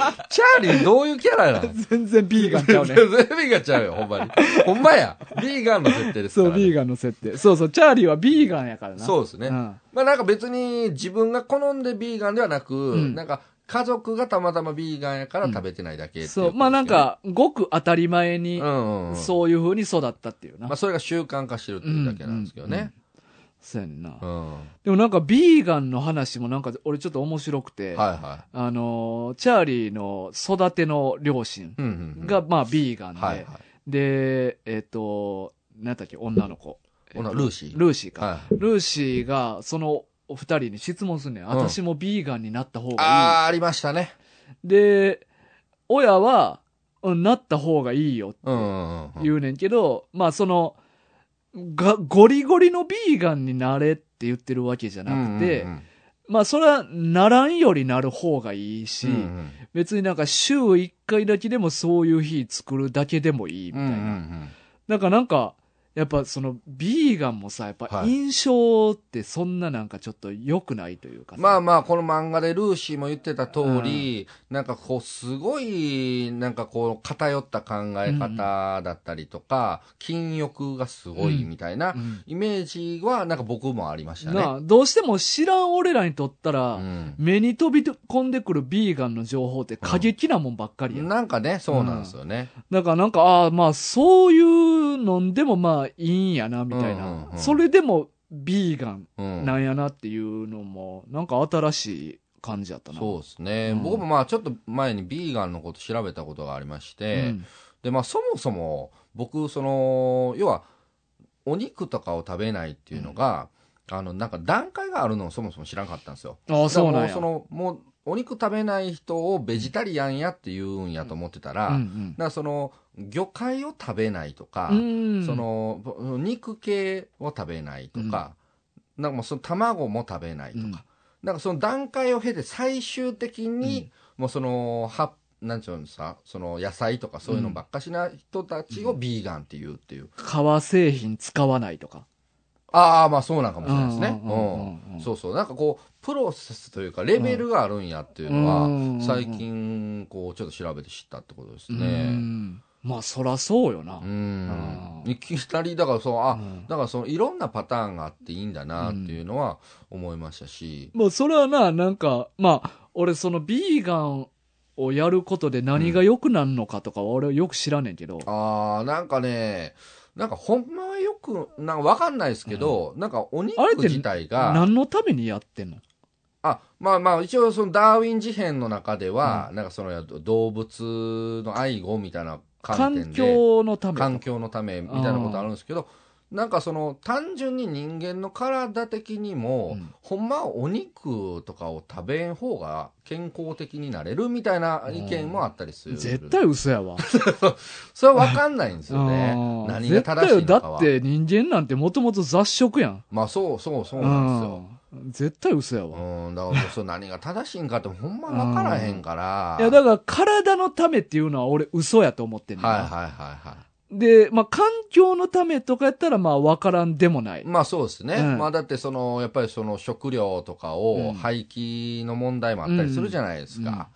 Speaker 2: ーリーどういうキャラなの
Speaker 1: 全然ビーガンちゃうね。
Speaker 2: 全然ビーガンちゃうよ、ほんまに。ほんまや。ビーガンの設定です
Speaker 1: そ
Speaker 2: か
Speaker 1: う、
Speaker 2: ら、
Speaker 1: ビー
Speaker 2: ね。
Speaker 1: ガンの設定。そうそう、チャーリーはビーガンやからな。
Speaker 2: そう
Speaker 1: う
Speaker 2: ですね。
Speaker 1: ん
Speaker 2: まあなんか別に自分が好んでビーガンではなく、
Speaker 1: ん
Speaker 2: なんか家族がたまたまビーガンやから食べてないだけってい
Speaker 1: そう、まあなん、か、ごく当たり前
Speaker 2: う
Speaker 1: に、
Speaker 2: ん、うん。う。
Speaker 1: そういう風に育ったっていうな。
Speaker 2: まあそれが習慣化してるっていうだけなんですけどね。
Speaker 1: そうやんな
Speaker 2: う。ん。
Speaker 1: でもなんか、ビーガンの話もなんか、俺ちょっと面白くて、
Speaker 2: はいは
Speaker 1: あのー、チャーリーの育ての両親
Speaker 2: い。うんうんうん
Speaker 1: が、、まあ、ビーガンで、
Speaker 2: はいはい。
Speaker 1: で、えっ、と、何だっけ、女の子。
Speaker 2: ほな、ルーシー。
Speaker 1: ルーシーか。
Speaker 2: はい。
Speaker 1: ルーシーが、その、お二人に質問すんねん。
Speaker 2: うん
Speaker 1: 私もビーガンになった方が
Speaker 2: あー、ありましたね。
Speaker 1: いい。で、親は、うん、なった方がいいよって
Speaker 2: うんうんうん。
Speaker 1: 言うねんけど、まあその、が、ゴリゴリのビーガンになれって言ってるわけじゃなくて、
Speaker 2: うんうん
Speaker 1: まあそれはならんよりなる方がいいし、
Speaker 2: うん、うんうん
Speaker 1: 別になんか週一回だけでもそういう日作るだけでもいいみ
Speaker 2: う
Speaker 1: た
Speaker 2: ん
Speaker 1: い
Speaker 2: うん
Speaker 1: な。
Speaker 2: うん。
Speaker 1: なんかなんか、やっぱそのビーガンもさ、やっぱ
Speaker 2: はい
Speaker 1: 印象ってそんななんかちょっと良くないというかさ。
Speaker 2: まあまあ、この漫画でルーシーも言ってた通り、なんかこう、すごい、なんかこう、偏った考え方だったりとか、禁欲がすごいみたいな
Speaker 1: うん
Speaker 2: イメージは、なんか僕もありましたね。
Speaker 1: なあどうしても知らん俺らにとったら、
Speaker 2: うん
Speaker 1: 目に飛び込んでくるビーガンの情報って過激なもんばっかりやん。
Speaker 2: なんかね、そうなんですよね。
Speaker 1: だからなんか、ああ、まあそういうのでもまあいいんやな、みたいな、
Speaker 2: うんうんうん
Speaker 1: それでもビーガン
Speaker 2: うん
Speaker 1: なんやなっていうのも、なんか新しい感じやったな。
Speaker 2: そうですね。
Speaker 1: うん
Speaker 2: 僕もまあ、ちょっと前にビーガンのこと調べたことがありまし
Speaker 1: う
Speaker 2: て、
Speaker 1: ん。
Speaker 2: で、まあ、そもそも、僕、その、要は、お肉とかを食べないっていうのが、あの、なんか段階があるのをそもそも知らなかったんですよ。
Speaker 1: ああ、そうなん
Speaker 2: だ
Speaker 1: や。
Speaker 2: からもうその、もう、お肉食べない人をベジタリアンやって言うんやと思ってたら、
Speaker 1: うんうん
Speaker 2: だからその、魚介を食べないとか、
Speaker 1: うん
Speaker 2: その、ぼ肉系を食べないとか、なんかもうその卵も食べないとか、なんかその段階を経て最終的に、もうその、は、なんちゅうのさ、その野菜とかそういうのばっかしな人たちをビーガンって言うっていう。
Speaker 1: 革製品使わないとか。
Speaker 2: ああ、まあそうなんかもしれないですね。
Speaker 1: うんうんうんうん
Speaker 2: うんそうそう。なんかこう、プロセスというか、レベルがあるんやっていうの
Speaker 1: うんうんうん
Speaker 2: は、最近、こう、ちょっと調べて知ったってことです
Speaker 1: う
Speaker 2: ね。
Speaker 1: んまあそらそうよな。
Speaker 2: う
Speaker 1: あ
Speaker 2: ん。
Speaker 1: ー
Speaker 2: いきなり、だからそう、あ、
Speaker 1: うん
Speaker 2: だからその、いろんなパターンがあっていいんだなっていうのは思いましたし、
Speaker 1: もうそれはな、なんか、まあ、俺そのビーガンをやることで何が良くなるのかとかは俺はよく知らねえけど。
Speaker 2: ああ、なんかね、なんかほんまはよく、なんかわかんないですけど、なんかお肉
Speaker 1: あれって
Speaker 2: 自体が、
Speaker 1: 何のためにやってんの
Speaker 2: あまあまあ、一応、そのダーウィン事変の中では、なんかその動物の愛護みたいな観点
Speaker 1: 環
Speaker 2: で、
Speaker 1: 境のためとか。
Speaker 2: 環境のためみたいなことあるんですけど、なんかその単純に人間の体的にも、
Speaker 1: うん
Speaker 2: ほんまはお肉とかを食べん方が健康的になれるみたいな意見もあったりする。
Speaker 1: 絶対嘘やわ。
Speaker 2: それは分かんないんですよね
Speaker 1: うん。
Speaker 2: 何が正しい
Speaker 1: 絶対
Speaker 2: の
Speaker 1: よ
Speaker 2: か
Speaker 1: だ
Speaker 2: は
Speaker 1: っ。て人間なんてもともと雑食やん。
Speaker 2: まあそうそうそううなんですよ。
Speaker 1: ん絶対嘘やわ。
Speaker 2: うん、だからそう何が正しいんかってほんま分からへんから。
Speaker 1: いや、だから体のためっていうのは俺嘘やと思ってんねんな
Speaker 2: はいはいはいは
Speaker 1: で、まあ、環境のためとかやったら、まあ、わからんでもない
Speaker 2: い。。まあそうですね。
Speaker 1: うん
Speaker 2: まあだってその、やっぱりその食料と
Speaker 1: う
Speaker 2: か
Speaker 1: ん
Speaker 2: を廃棄の問題もあったりするじゃないですか。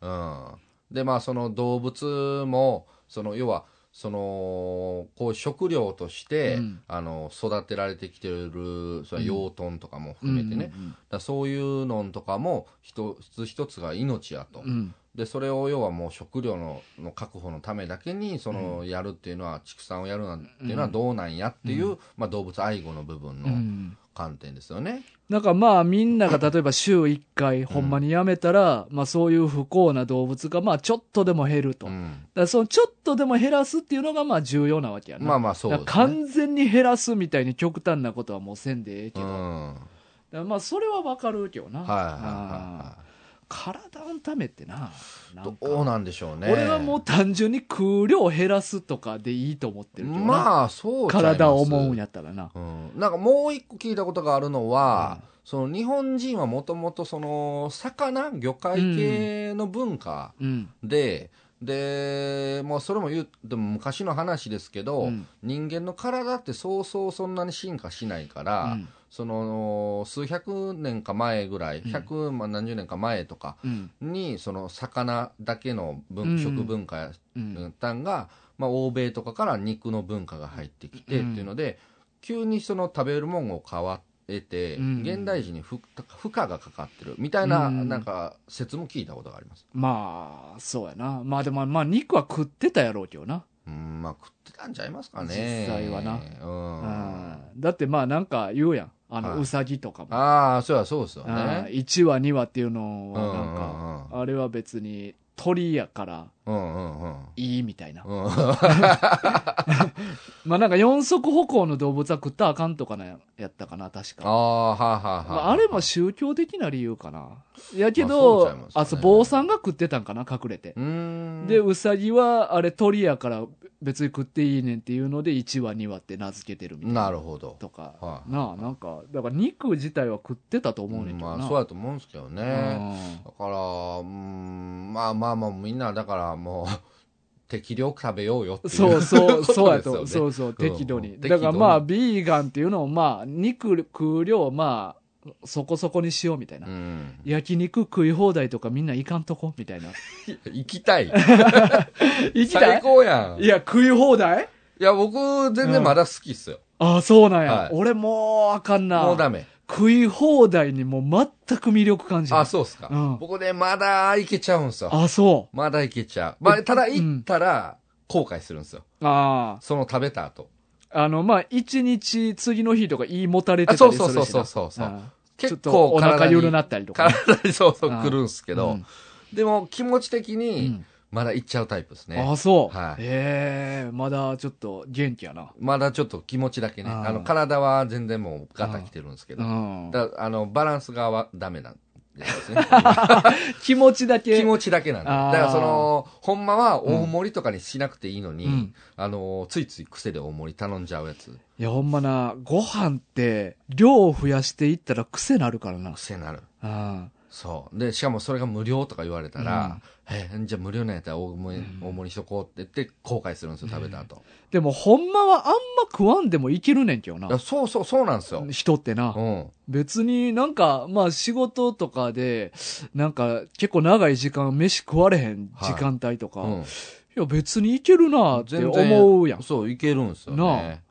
Speaker 2: うん。で、まあその動物も、その要は、その、こう食料として、
Speaker 1: うん
Speaker 2: あの、育てられてきてる、その養豚とかも含めてね。だか
Speaker 1: うん
Speaker 2: らそういうのとかも、一つ一つが命やと。
Speaker 1: うん。
Speaker 2: でそれを要はもう食料のの確保のためだけにそのやるっていうのは、畜産をやるなんていうのはどうなんやっていう、まあ、動物愛護の部分
Speaker 1: う
Speaker 2: の
Speaker 1: ん。
Speaker 2: 観点ですよね。
Speaker 1: なんかまあみんなが例えば週1回ほんまにやめたら、まあそういう不幸な動物がまあちょっとでも減ると。
Speaker 2: う
Speaker 1: だか
Speaker 2: ん
Speaker 1: らそのちょっとでも減らすっていうのがまあ重要なわけやな。
Speaker 2: まあまあそうで
Speaker 1: だ
Speaker 2: す
Speaker 1: か
Speaker 2: ね。
Speaker 1: ら完全に減らすみたいに極端なことはもうせんでええけ
Speaker 2: う
Speaker 1: ど。だか
Speaker 2: ん、はい
Speaker 1: らまあそれはわかるけどな。
Speaker 2: はいはい
Speaker 1: うん
Speaker 2: は。
Speaker 1: 体のためってな。ないんか
Speaker 2: どうなんでしょうね。
Speaker 1: 俺はもう単純に空量減らすとかでいいと思ってるけどな。
Speaker 2: まあそうちゃいます
Speaker 1: 体を思うんやったらな。
Speaker 2: うん、なんかもう一個聞いたことがあるのは、その日本人はもともとその魚魚介系の文化、
Speaker 1: うん。
Speaker 2: で、で、もうそれも言う、でも昔の話ですけど、
Speaker 1: うん
Speaker 2: 人間の体ってそうそうそんなに進化しないから、
Speaker 1: うん
Speaker 2: その、数百年か前ぐらい、百、まあ何十年か前とか
Speaker 1: うん。
Speaker 2: に、その魚だけの
Speaker 1: うんう
Speaker 2: 文
Speaker 1: ん
Speaker 2: 食文化や
Speaker 1: うん。
Speaker 2: ったんが、まあ欧米とかから肉の文化が入ってきて
Speaker 1: う
Speaker 2: って
Speaker 1: ん
Speaker 2: いうので、急にその食べるもんを変わって、
Speaker 1: うん
Speaker 2: 現代人に負負荷がかかってるみたいな、
Speaker 1: うん
Speaker 2: なんか説も聞いたことがあります。
Speaker 1: まあ、そうやな。まあでも、まあ肉は食ってたやろうけどな。
Speaker 2: うん、まあ食ってたんちゃいますかね。
Speaker 1: 実際はな
Speaker 2: うん。
Speaker 1: うんだってまあなんか言うやん。あ
Speaker 2: はい
Speaker 1: の、うさぎとかも。
Speaker 2: ああ、そうや、そうですよ
Speaker 1: あ
Speaker 2: ね。
Speaker 1: 1話2話っていうの
Speaker 2: う
Speaker 1: は
Speaker 2: んう
Speaker 1: なんか、
Speaker 2: ん
Speaker 1: あれは別に鳥やから
Speaker 2: うん。うんうん
Speaker 1: いいみたいな。
Speaker 2: うん。うん。
Speaker 1: まあなんか四足歩行の動物は食ったらあかんとかなやったかな、確
Speaker 2: あ
Speaker 1: か。
Speaker 2: あ、はいはい
Speaker 1: ま
Speaker 2: はい。
Speaker 1: あ、あれも宗教的な理由かな。やけ
Speaker 2: まあそう
Speaker 1: ど、
Speaker 2: ちゃいますよね
Speaker 1: あ、そう、坊さんが食ってたんかな、隠れて
Speaker 2: う。ん。
Speaker 1: で、ウサギは、あれ鳥やから別に食っていいねんっていうので、1話2話って名付けてるみたいな。
Speaker 2: なるほど。
Speaker 1: とか、
Speaker 2: はい
Speaker 1: なあ、なんか、だから肉自体は食ってたと思うねんけ
Speaker 2: ま
Speaker 1: ど
Speaker 2: あ
Speaker 1: な。
Speaker 2: そうやと思うんですけどね。
Speaker 1: うん
Speaker 2: だから、うん、まあまあまあ、みんな、だからもう、適量食べようよっていう。
Speaker 1: そうそう、
Speaker 2: こと
Speaker 1: そうや
Speaker 2: ですよ
Speaker 1: と、
Speaker 2: ね
Speaker 1: そうそう、適度
Speaker 2: う
Speaker 1: に。
Speaker 2: ん
Speaker 1: だか
Speaker 2: 適
Speaker 1: ら
Speaker 2: 度に
Speaker 1: まあ、ビーガンっていうのを、まあ、肉食う量、まあ、そこそこにしようみたいな。
Speaker 2: うん。
Speaker 1: 焼肉食い放題とかみんな行かんとこみ たいな。
Speaker 2: 行きたい。
Speaker 1: 行きた
Speaker 2: 最
Speaker 1: い
Speaker 2: 高やん。
Speaker 1: い
Speaker 2: い
Speaker 1: や、食い放題
Speaker 2: や、僕、全然まだ好きっすよ。
Speaker 1: ああ、そうなんや。
Speaker 2: はい
Speaker 1: 俺もうあかんな。
Speaker 2: もうダメ。
Speaker 1: 食い放題にもう全く魅力感じない。
Speaker 2: あ、そうっすか。
Speaker 1: うん
Speaker 2: 僕ね、まだいけちゃうんすよ。
Speaker 1: あ、そ
Speaker 2: まだいけちゃう。まあ、ただ
Speaker 1: うん
Speaker 2: 行ったら、後悔するんですよ。
Speaker 1: う。あ
Speaker 2: その食べた後。
Speaker 1: あ。あの、まあ、一日、次の日とか言いもたれてた
Speaker 2: あ、そ
Speaker 1: り
Speaker 2: う
Speaker 1: するしな。
Speaker 2: そうそうそうそうそう。
Speaker 1: ああちょ
Speaker 2: 結
Speaker 1: っと
Speaker 2: 構
Speaker 1: お
Speaker 2: 体
Speaker 1: 腹
Speaker 2: に、
Speaker 1: ゆるなったりとかね。
Speaker 2: 体にそうそう
Speaker 1: ああ
Speaker 2: くるんすけ
Speaker 1: う
Speaker 2: ど
Speaker 1: ん、
Speaker 2: でも気持ち的
Speaker 1: う
Speaker 2: に
Speaker 1: ん、
Speaker 2: まだ行っちゃうタイプです
Speaker 1: あ
Speaker 2: ね
Speaker 1: あ、。そう。
Speaker 2: はい
Speaker 1: ええまだちょっと元気やな。
Speaker 2: まだちょっと気持ちだけね。
Speaker 1: ああ
Speaker 2: あの、体は全然もうガタきてるんですけ
Speaker 1: う
Speaker 2: ど。
Speaker 1: ん。
Speaker 2: だあの、バランスがわダメなんですね。
Speaker 1: 気持ちだけ。
Speaker 2: 気持ちだけなんで。だ
Speaker 1: ああ
Speaker 2: からその、ほんまは大盛りとかにしなくていいの
Speaker 1: う
Speaker 2: に
Speaker 1: ん、
Speaker 2: あの、ついつい癖で大盛り頼んじゃうやつ。
Speaker 1: いや、ほんまな、ご飯って、量を増やしていったら癖なるからな。
Speaker 2: 癖になる。
Speaker 1: うん。
Speaker 2: そう。で、しかもそれが無料とか言われたら、え、じゃあ無料なんやったら大盛り、大盛りしとこうって言って後悔するんですよ、食べた後。
Speaker 1: でも、ほんまはあんま食わんでもいけるねんけど
Speaker 2: だから
Speaker 1: な。
Speaker 2: そうそう、そうなんですよ。
Speaker 1: 人ってな。
Speaker 2: うん。
Speaker 1: 別になんか、まあ仕事とかで、なんか結構長い時間飯食われへん時間帯とか、
Speaker 2: う
Speaker 1: い、
Speaker 2: ん。
Speaker 1: や別にいけるなって思うやん。
Speaker 2: そう、いけるんですよね。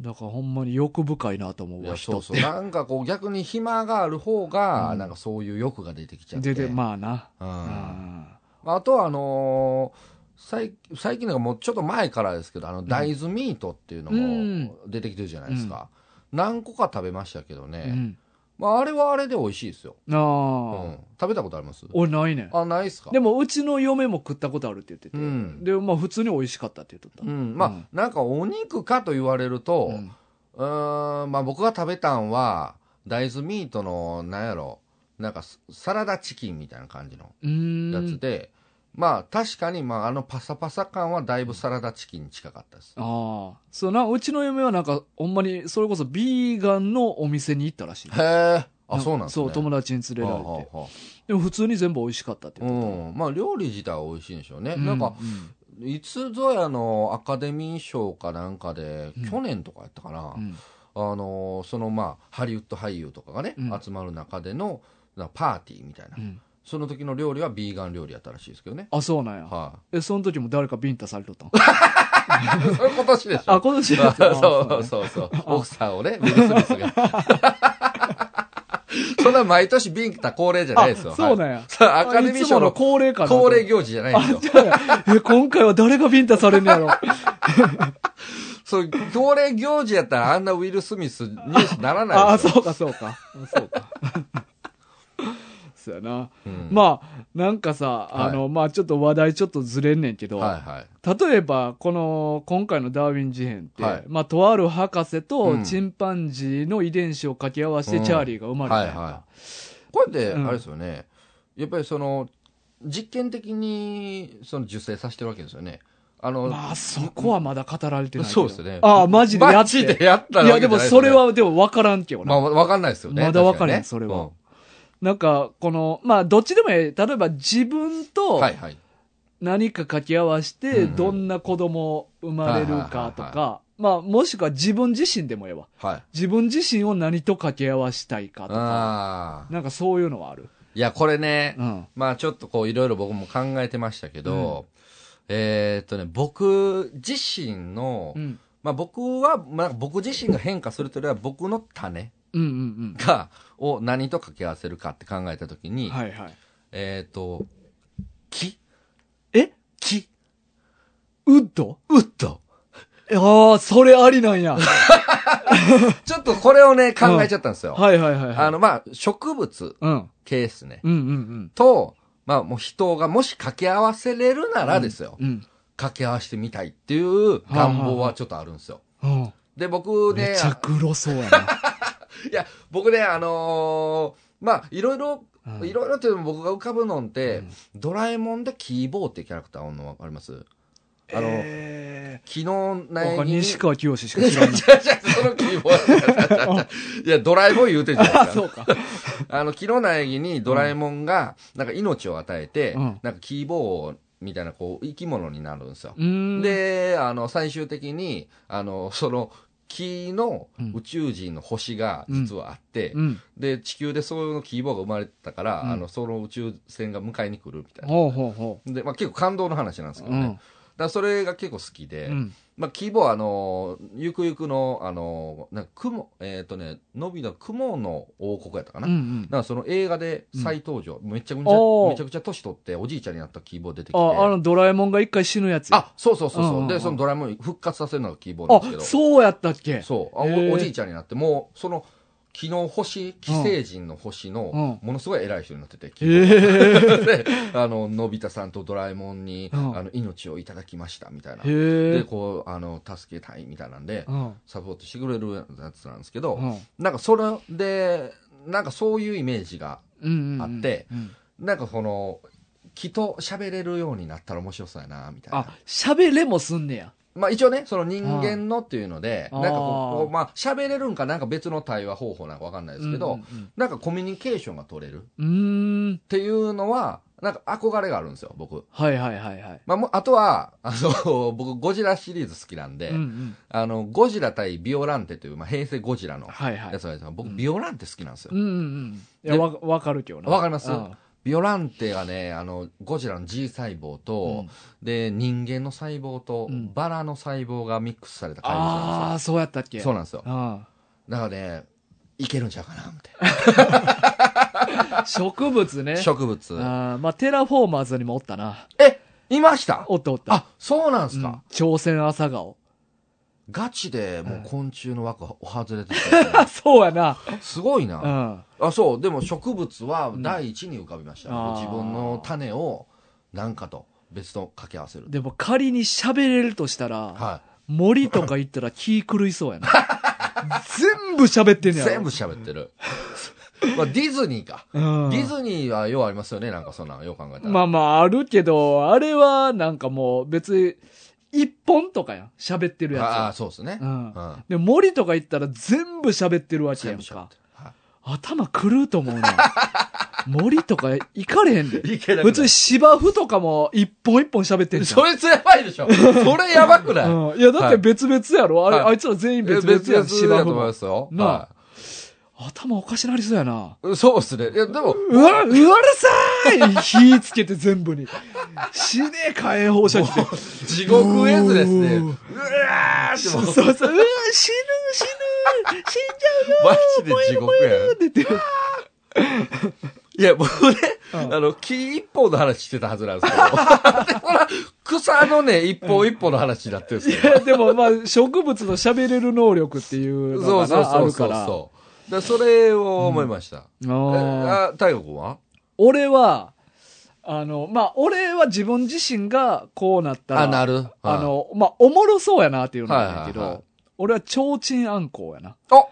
Speaker 1: だからほんまに欲深いなと思
Speaker 2: いう
Speaker 1: わ、
Speaker 2: や
Speaker 1: 人
Speaker 2: そ
Speaker 1: って。
Speaker 2: うそう。なんかこう逆に暇がある方が、
Speaker 1: うん
Speaker 2: なんかそういう欲が出てきちゃって。
Speaker 1: で、で、まあな。
Speaker 2: うん。
Speaker 1: う
Speaker 2: あとはあのー最最近なんかもうちょっと前からですけど、あの大豆ミートっていうの
Speaker 1: うん
Speaker 2: も出てきてるじゃないですか。何個か食べましたけどね。
Speaker 1: ん。
Speaker 2: まあ、あれはあれで美味しいですよ。う
Speaker 1: ああ、
Speaker 2: ん。食べたことあります
Speaker 1: 俺ないねん
Speaker 2: あ、ないっすか
Speaker 1: でもうちの嫁も食ったことあるって言ってて、
Speaker 2: うん
Speaker 1: でまあ普通に美味しかったって言っとった、
Speaker 2: うん。まあ、
Speaker 1: うん
Speaker 2: なんかお肉かと言われると、
Speaker 1: うん
Speaker 2: うーん、まあ僕が食べたんは、大豆ミートの、なんやろ、なんかスサラダチキンみたいな感じの
Speaker 1: うーん
Speaker 2: やつで、まあ確かに、まああのパサパサ感はだいぶサラダチキンに近かったです。
Speaker 1: ああそうなうちの嫁はなんかほんまにそれこそビーガンのお店に行ったらしい
Speaker 2: へえ、あ、そうなんです
Speaker 1: そ
Speaker 2: ね。
Speaker 1: う友達に連れられて
Speaker 2: はあはあは
Speaker 1: でも普通に全部美味しかったって
Speaker 2: あ
Speaker 1: 言って
Speaker 2: うん。まあ料理自体は美味しいんでしょうね。
Speaker 1: た、
Speaker 2: なんか、
Speaker 1: う
Speaker 2: いつぞやのアカデミー賞かなんかで、
Speaker 1: うん
Speaker 2: 去年とかやったかな、
Speaker 1: うん
Speaker 2: あのーそのまあハリウッド俳優とかがね、
Speaker 1: うん
Speaker 2: 集まる中でのなパーティーみたいな、
Speaker 1: うん
Speaker 2: その時の料理はビーガン料理やったらしいですけどね、
Speaker 1: あそうなんや、
Speaker 2: は
Speaker 1: えその時も誰かビンタされとったん
Speaker 2: い、そ れ今年でしょ
Speaker 1: あ今年やった
Speaker 2: そうそうそう奥さんをねウィル・スミ スがそんな毎年ビンタ恒例じゃないですよ
Speaker 1: あそう
Speaker 2: はい
Speaker 1: なんや、
Speaker 2: さあアカデミ
Speaker 1: いつ
Speaker 2: ー
Speaker 1: も
Speaker 2: 賞
Speaker 1: の
Speaker 2: の
Speaker 1: 恒例かな
Speaker 2: 恒例行事じゃないんですよ
Speaker 1: あじゃあえ今回は誰がビンタされん のやろ
Speaker 2: そう恒例行事やったらあんなウィル・スミスニュースならない
Speaker 1: あ
Speaker 2: ですよ
Speaker 1: そうかそうかあそうか そうやな、
Speaker 2: うん
Speaker 1: まあなんかさ
Speaker 2: はい
Speaker 1: あの、まあちょっと話題ちょっとずれんねんけど、
Speaker 2: はいはい
Speaker 1: 例えばこの今回の「ダーウィン事変」って、
Speaker 2: はい
Speaker 1: まあ、とある博士
Speaker 2: う
Speaker 1: と
Speaker 2: ん
Speaker 1: チンパンジーの遺伝子を掛け合わせて
Speaker 2: うん
Speaker 1: チャーリーが生まれたやんか、
Speaker 2: はいはこれって、
Speaker 1: うん
Speaker 2: あれですよね、やっぱりその、実験的にその受精させてるわけですよね。あの、
Speaker 1: まあそこはまだ語られてないけど
Speaker 2: そうですね。
Speaker 1: ああマジでや
Speaker 2: マ
Speaker 1: っ
Speaker 2: ジ
Speaker 1: て
Speaker 2: でやった
Speaker 1: い
Speaker 2: わ
Speaker 1: や
Speaker 2: けじ
Speaker 1: で
Speaker 2: ゃな
Speaker 1: も
Speaker 2: いです
Speaker 1: そ
Speaker 2: よ
Speaker 1: れ
Speaker 2: ね、
Speaker 1: はでも分からんけどな、
Speaker 2: まあ、わかんないですよね。
Speaker 1: まだわかんない
Speaker 2: 確にね
Speaker 1: それは
Speaker 2: うん
Speaker 1: なんかこのまあどっちでもええ例えば自分と
Speaker 2: はいはい。
Speaker 1: 何か掛け合わせ
Speaker 2: うん
Speaker 1: て
Speaker 2: うん
Speaker 1: どんな子供生まれるかとかまあもしくは自分自身でもええわ
Speaker 2: はい。
Speaker 1: 自分自身を何と掛け合わしたいかとか
Speaker 2: ああ。
Speaker 1: なんかそういうのはある、
Speaker 2: いや、これね、
Speaker 1: うん、
Speaker 2: まあちょっとこういろいろ僕も考えてましたけど、えーっとね、僕自身の、
Speaker 1: うん
Speaker 2: まあ僕は、まあ僕自身が変化するというよりは僕の種
Speaker 1: うんうん
Speaker 2: が、を何と掛け合わせるかって考えたとき
Speaker 1: う
Speaker 2: に、
Speaker 1: ん。はいはい。
Speaker 2: えっ、と、木
Speaker 1: え
Speaker 2: 木
Speaker 1: ウッド
Speaker 2: ウッド
Speaker 1: ああ、それあり なんや。は
Speaker 2: ちょっとこれをね、考えちゃったんですよ。
Speaker 1: いはいはいはい。
Speaker 2: あの、まあ、植物
Speaker 1: うん。うん
Speaker 2: ケースね。
Speaker 1: うんうん。
Speaker 2: と、まあ、もう人がもし掛け合わせれるならですよ。
Speaker 1: うん。
Speaker 2: 掛け合わせてみたいっていう願望はちょっとあるんですよ。
Speaker 1: うん。
Speaker 2: で、僕ね
Speaker 1: め、ちゃグロそう やな。
Speaker 2: いや、僕ね、あのーまあ、いろいろ、
Speaker 1: うん
Speaker 2: いろいろというの僕が浮かぶのって、ドラえもんでキーボーってキャラクターおんのわかりますあの
Speaker 1: え
Speaker 2: 昨日
Speaker 1: ー、な
Speaker 2: 悩
Speaker 1: んか
Speaker 2: みに
Speaker 1: 西川きよしし
Speaker 2: い
Speaker 1: か
Speaker 2: や、
Speaker 1: 知らない。
Speaker 2: そのキーボード。いや、ドラえもん言うてるじゃない
Speaker 1: あ、
Speaker 2: です
Speaker 1: そう
Speaker 2: か。
Speaker 1: か。
Speaker 2: あの、昨日のぎにドラえもんが、なんか命を与えて、
Speaker 1: うん
Speaker 2: なんかキーボーみたいな、こう、生き物になるんですよ
Speaker 1: う。ーん。、
Speaker 2: で、あの、最終的に、あの、その、木の宇宙人の星が実はあって、
Speaker 1: うん。
Speaker 2: で、地球でそういうキーボーが生まれてたから、
Speaker 1: うん
Speaker 2: あの、その宇宙船が迎えに来るみたいな。
Speaker 1: ほうほうほ
Speaker 2: で、まあ結構感動の話なんです
Speaker 1: う。
Speaker 2: け
Speaker 1: う
Speaker 2: どね。だ
Speaker 1: ん
Speaker 2: か。らそれが結構好きで、
Speaker 1: うん。
Speaker 2: まあ、規模はあのーゆくゆくの、あのーなんか雲、えっ、とね、のびの雲の王国やったか
Speaker 1: うんう
Speaker 2: な。
Speaker 1: ん。
Speaker 2: なんかその映画で再登場、めちゃくちゃ、
Speaker 1: おー
Speaker 2: めちゃくちゃ年取っておじいちゃんになったキーボー出てきて。
Speaker 1: あ、あの、ドラえもんが一回死ぬやつや。
Speaker 2: あそうそうそうそ
Speaker 1: う
Speaker 2: う、
Speaker 1: んうんうん
Speaker 2: で、そのドラえもん復活させるのがキーボーなんですけ
Speaker 1: あ、
Speaker 2: ど。
Speaker 1: そうやったっけ
Speaker 2: そうあ
Speaker 1: へー
Speaker 2: お。おじいちゃんになって、もう、その、昨日星、寄生人の星の、ものすごい偉い人になってて、キーボー
Speaker 1: へえ。
Speaker 2: で、あの、のび太さんとドラえもんに、
Speaker 1: うん
Speaker 2: あの、命をいただきました、みたいな。
Speaker 1: へ
Speaker 2: で、
Speaker 1: え。
Speaker 2: こう、あの、助けたい、みたいなんで、
Speaker 1: うん。
Speaker 2: サポートしてくれるやつなんですけど、
Speaker 1: うん。
Speaker 2: なんかそれで、なんかそういうイメージが、
Speaker 1: うんうん。
Speaker 2: あって
Speaker 1: うん、
Speaker 2: なんかこの、きっと喋れるようになったら面白そうやな、みたいな。
Speaker 1: あ、喋れもすんねや。
Speaker 2: まあ一応ね、その人間のっていうので、
Speaker 1: あ
Speaker 2: な
Speaker 1: ー
Speaker 2: んかこう、こうまあ喋れるんかなんか別の対話方法なんかわかんないですけ
Speaker 1: うん
Speaker 2: ど、
Speaker 1: うんうん
Speaker 2: なんかコミュニケーションが取れるっ
Speaker 1: うーん。
Speaker 2: ていうのは、なんか憧れがあるんですよ、僕。
Speaker 1: はいはいはいはい。
Speaker 2: まあもう、あとは、 あの、僕ゴジラシリーズ好きなんで、
Speaker 1: うんうん。
Speaker 2: あの、ゴジラ対ビオランテという、まあ平成ゴジラの
Speaker 1: はいはい
Speaker 2: やつ。なんですが、僕
Speaker 1: うん
Speaker 2: ビオランテ好きなんですよ
Speaker 1: うん。うんうん。い
Speaker 2: で
Speaker 1: や、わ、わかるけどな。
Speaker 2: わかります
Speaker 1: うん
Speaker 2: ビオランテがね、あの、ゴジラの G 細胞と、で、人間の細胞と、
Speaker 1: うん
Speaker 2: バラの細胞がミックスされた怪獣
Speaker 1: あ
Speaker 2: なん
Speaker 1: あ、そうやったっ
Speaker 2: で
Speaker 1: け
Speaker 2: すよ。そう
Speaker 1: う
Speaker 2: なんですよ。
Speaker 1: ん。
Speaker 2: だからね、いけるんちゃうかな、みたい
Speaker 1: 植物ね。
Speaker 2: な。 植物。
Speaker 1: あーまあ、テラフォーマーズにもおったな。
Speaker 2: えいました
Speaker 1: おったおった。
Speaker 2: あ、そうなんす
Speaker 1: う
Speaker 2: か
Speaker 1: ん、朝鮮朝顔。
Speaker 2: ガチでもう昆虫の枠お外れて
Speaker 1: あ、そうやな。
Speaker 2: た。すごいうな。
Speaker 1: ん。
Speaker 2: あそうでも植物は第一に浮かびました、
Speaker 1: うん
Speaker 2: 自分の種を何かと別と掛け合わせる
Speaker 1: でも仮に喋れるとしたら、
Speaker 2: は
Speaker 1: 森とか行ったら気狂いそうや な。全部喋って
Speaker 2: い
Speaker 1: んねやろ。
Speaker 2: 全部喋ってるまあディズニーか、
Speaker 1: うん。
Speaker 2: ディズニーはようありますよねなんかそんなんよう考えたら、
Speaker 1: まあまああるけど、あれはなんかもう別に、一本とかやん。喋ってるやつ
Speaker 2: ああ
Speaker 1: は。
Speaker 2: そうですね、
Speaker 1: うん
Speaker 2: うん
Speaker 1: で、森とか行ったら全部喋ってるわけや
Speaker 2: 全
Speaker 1: ん
Speaker 2: 部喋っ
Speaker 1: か
Speaker 2: て。るは
Speaker 1: 頭狂うと思うな。 森とか行かれへんで。
Speaker 2: いいけなくない
Speaker 1: 別に芝生とかも一本一本喋ってんじゃん
Speaker 2: そ。れやばいでしょそれやばくない、
Speaker 1: うん、いや、だって別々やろ、あれ、
Speaker 2: はい
Speaker 1: あいつら全員別々
Speaker 2: 別
Speaker 1: や
Speaker 2: 々
Speaker 1: ん、芝
Speaker 2: だと
Speaker 1: 生
Speaker 2: 思い
Speaker 1: も
Speaker 2: ま。すよ。
Speaker 1: なあ
Speaker 2: は
Speaker 1: 頭おかしなりそうやな。
Speaker 2: い。そうっすね。いや、でも、
Speaker 1: うわ、うわるさーい火つけて全部に。死ねえ火炎放射器で。
Speaker 2: 地獄絵図ですね。
Speaker 1: うー
Speaker 2: うわーって
Speaker 1: そ
Speaker 2: も
Speaker 1: う
Speaker 2: う、
Speaker 1: そうそう。うわ、死ぬ、死ぬ、死んじゃうよ
Speaker 2: マジで地獄やん。
Speaker 1: って言って。
Speaker 2: いや、僕ね、
Speaker 1: うん
Speaker 2: あの、木一本の話してたはずなん ですけど。でほら、草のね、一本一本の話になってるんですよ。
Speaker 1: いや、でもまあ、植物の喋れる能力っていうの
Speaker 2: そう
Speaker 1: が
Speaker 2: そう
Speaker 1: なあ
Speaker 2: そう
Speaker 1: る
Speaker 2: そ
Speaker 1: か
Speaker 2: う
Speaker 1: ら。あ
Speaker 2: そう。だからそれを思いました。
Speaker 1: ー
Speaker 2: あ、太陽君は
Speaker 1: 俺は、あの、まあ、俺は自分自身がこうなったら、
Speaker 2: あ、なる。はい
Speaker 1: あ、の、まあ、おもろそうやなっていうのなんだけど、
Speaker 2: はいはいはい
Speaker 1: 俺は提灯暗光やな。
Speaker 2: あ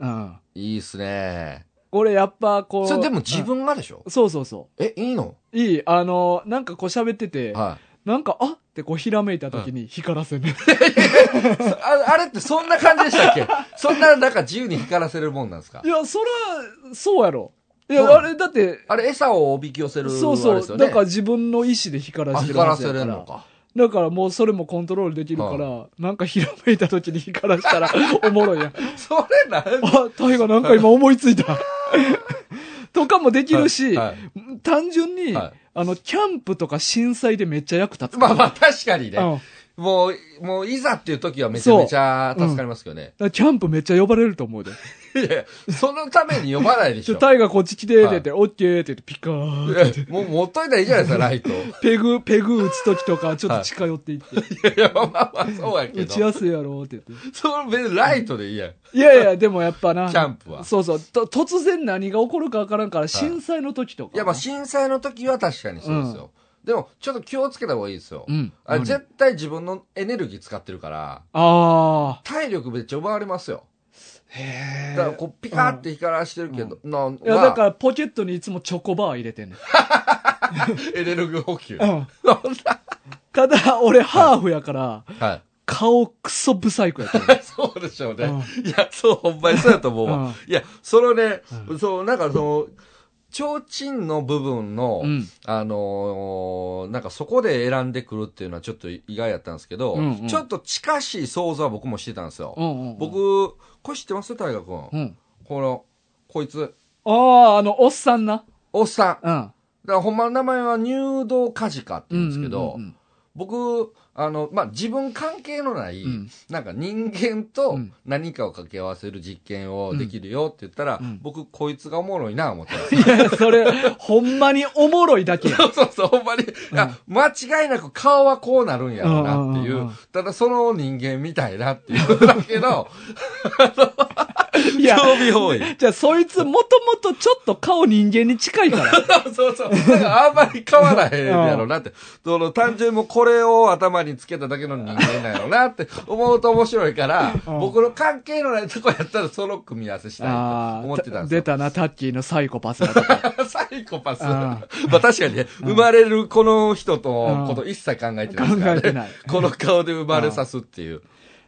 Speaker 1: うん。
Speaker 2: いいっすね。
Speaker 1: これやっぱこう。
Speaker 2: それでも自分がでしょ
Speaker 1: うんそうそうそ
Speaker 2: え、いいの
Speaker 1: う。いい。あの、なんかこう喋ってて、
Speaker 2: はい。
Speaker 1: なんか、あってこうひらめいた時に光らせる。
Speaker 2: ああれってそんな感じでした っけそんな、なんか自由に光らせるもんなんですか
Speaker 1: いや、そら、そうやろ。い
Speaker 2: そう
Speaker 1: や、あれ、だって、
Speaker 2: あれ、餌をおびき寄せる、
Speaker 1: そう
Speaker 2: あ
Speaker 1: そ
Speaker 2: れですよ
Speaker 1: う。
Speaker 2: ね。
Speaker 1: だから自分の意思で光ら
Speaker 2: あ
Speaker 1: せてる
Speaker 2: 光
Speaker 1: は
Speaker 2: ら
Speaker 1: ず
Speaker 2: せ
Speaker 1: や
Speaker 2: る
Speaker 1: から
Speaker 2: のか。
Speaker 1: だからもうそれもコントロールできるから、なんかひらめいた時に光らしたらおもろいやん。
Speaker 2: それなん
Speaker 1: あ、タイがなんか今思いついた。とかもできるし、
Speaker 2: はい
Speaker 1: 単純に、
Speaker 2: はい
Speaker 1: あの、キャンプとか震災でめっちゃ役立つか
Speaker 2: ま
Speaker 1: ら。
Speaker 2: あまあ、確かにね。
Speaker 1: うんだか
Speaker 2: もう、もう、いざっていう時はめちゃめちゃ助かりますけどね。
Speaker 1: らキャンプめっちゃ呼ばれると思うで。
Speaker 2: いや、そのために呼ばないでし
Speaker 1: ちょ、
Speaker 2: ょ。
Speaker 1: タイがこっち来て、って言って、オッケーって言って、ピカーン。
Speaker 2: いや もう持っといたらいいじゃないですか、ラ イト。い
Speaker 1: ペグ、ペグ打つ時とか、ちょっと近寄っていって、
Speaker 2: や、まあまあ、そうやけ
Speaker 1: 打ち
Speaker 2: ど。
Speaker 1: やすいやろって言って。
Speaker 2: その別にライトでいいやん。
Speaker 1: いやいや、でもやっぱな。
Speaker 2: キャンプは
Speaker 1: そうそう。と突然何が起こるかわからんから、震災の時とか。
Speaker 2: いや、まあ、震災の時は確かにそうですよ。でも、ちょっと気をつけた方がいいですよ。
Speaker 1: うん。
Speaker 2: あ
Speaker 1: 何
Speaker 2: 絶対自分のエネルギー使ってるから、
Speaker 1: あ
Speaker 2: 体力めっちゃ奪われますよ。
Speaker 1: ー。へ
Speaker 2: だ
Speaker 1: え。
Speaker 2: からこうピカーって光らしてるけど、なん
Speaker 1: いや、
Speaker 2: まあ
Speaker 1: だからポケットにいつもチョコバー入れてんねん。
Speaker 2: エネルギー補給。
Speaker 1: うん。ただ、俺、ハーフやから、
Speaker 2: はい。
Speaker 1: 顔クソブサイクやけ ど。
Speaker 2: そうでしょうね。
Speaker 1: うん
Speaker 2: いや、そう、ほんまにそうやと思うわ。いや、そのね、そう、なんかその、提灯の部分の、
Speaker 1: うん
Speaker 2: あのーなんかそこで選んでくるっていうのはちょっと意外やったんですけど、
Speaker 1: うんうん
Speaker 2: ちょっと近しい想像は僕もしてたんですよ。
Speaker 1: うんうんうん。
Speaker 2: 僕、これ知ってます大河君。
Speaker 1: うん。
Speaker 2: この、こいつ、
Speaker 1: ああ、あの、おっさんな。
Speaker 2: おっさん。だ
Speaker 1: う
Speaker 2: か
Speaker 1: ん。
Speaker 2: らほんまの名前は入道カジカって
Speaker 1: う
Speaker 2: 言うん
Speaker 1: ん
Speaker 2: ですけど、
Speaker 1: うん
Speaker 2: 僕、あの、まあ、自分関係のない、
Speaker 1: うん
Speaker 2: なんか人間
Speaker 1: う
Speaker 2: と
Speaker 1: ん
Speaker 2: 何かを掛け合わせる実験をできるよって言ったら、
Speaker 1: うん
Speaker 2: 僕、こいつがおもろいな、思ったんで す
Speaker 1: いや、それ、ほんまにおもろいだけや。
Speaker 2: そうそうそう、ほんまに、あ間違いなく顔はこうなるんやろうなって
Speaker 1: うんうんうん
Speaker 2: い
Speaker 1: う、
Speaker 2: うんただその人間みたいなっていうだけの、
Speaker 1: い
Speaker 2: 興
Speaker 1: や、
Speaker 2: 味本位。
Speaker 1: じゃあそいつもともとちょっと顔人間に近いから。
Speaker 2: そうそう。だからあんまり変わらへんやろうなって。その単純にもうこれを頭につけただけの人間なんやろうなって思うと面白いから、
Speaker 1: うん
Speaker 2: 僕の関係のないとこやったらその組み合わせしたいと思ってたんです
Speaker 1: 出
Speaker 2: よ。
Speaker 1: たな、タッキーのサイコパスだとか。
Speaker 2: サイコパス。
Speaker 1: うん
Speaker 2: まあ確かにね、生まれるこの人とこと一切考えてないですから
Speaker 1: 考えて
Speaker 2: ね
Speaker 1: ない。
Speaker 2: この顔で生まれさすっていう。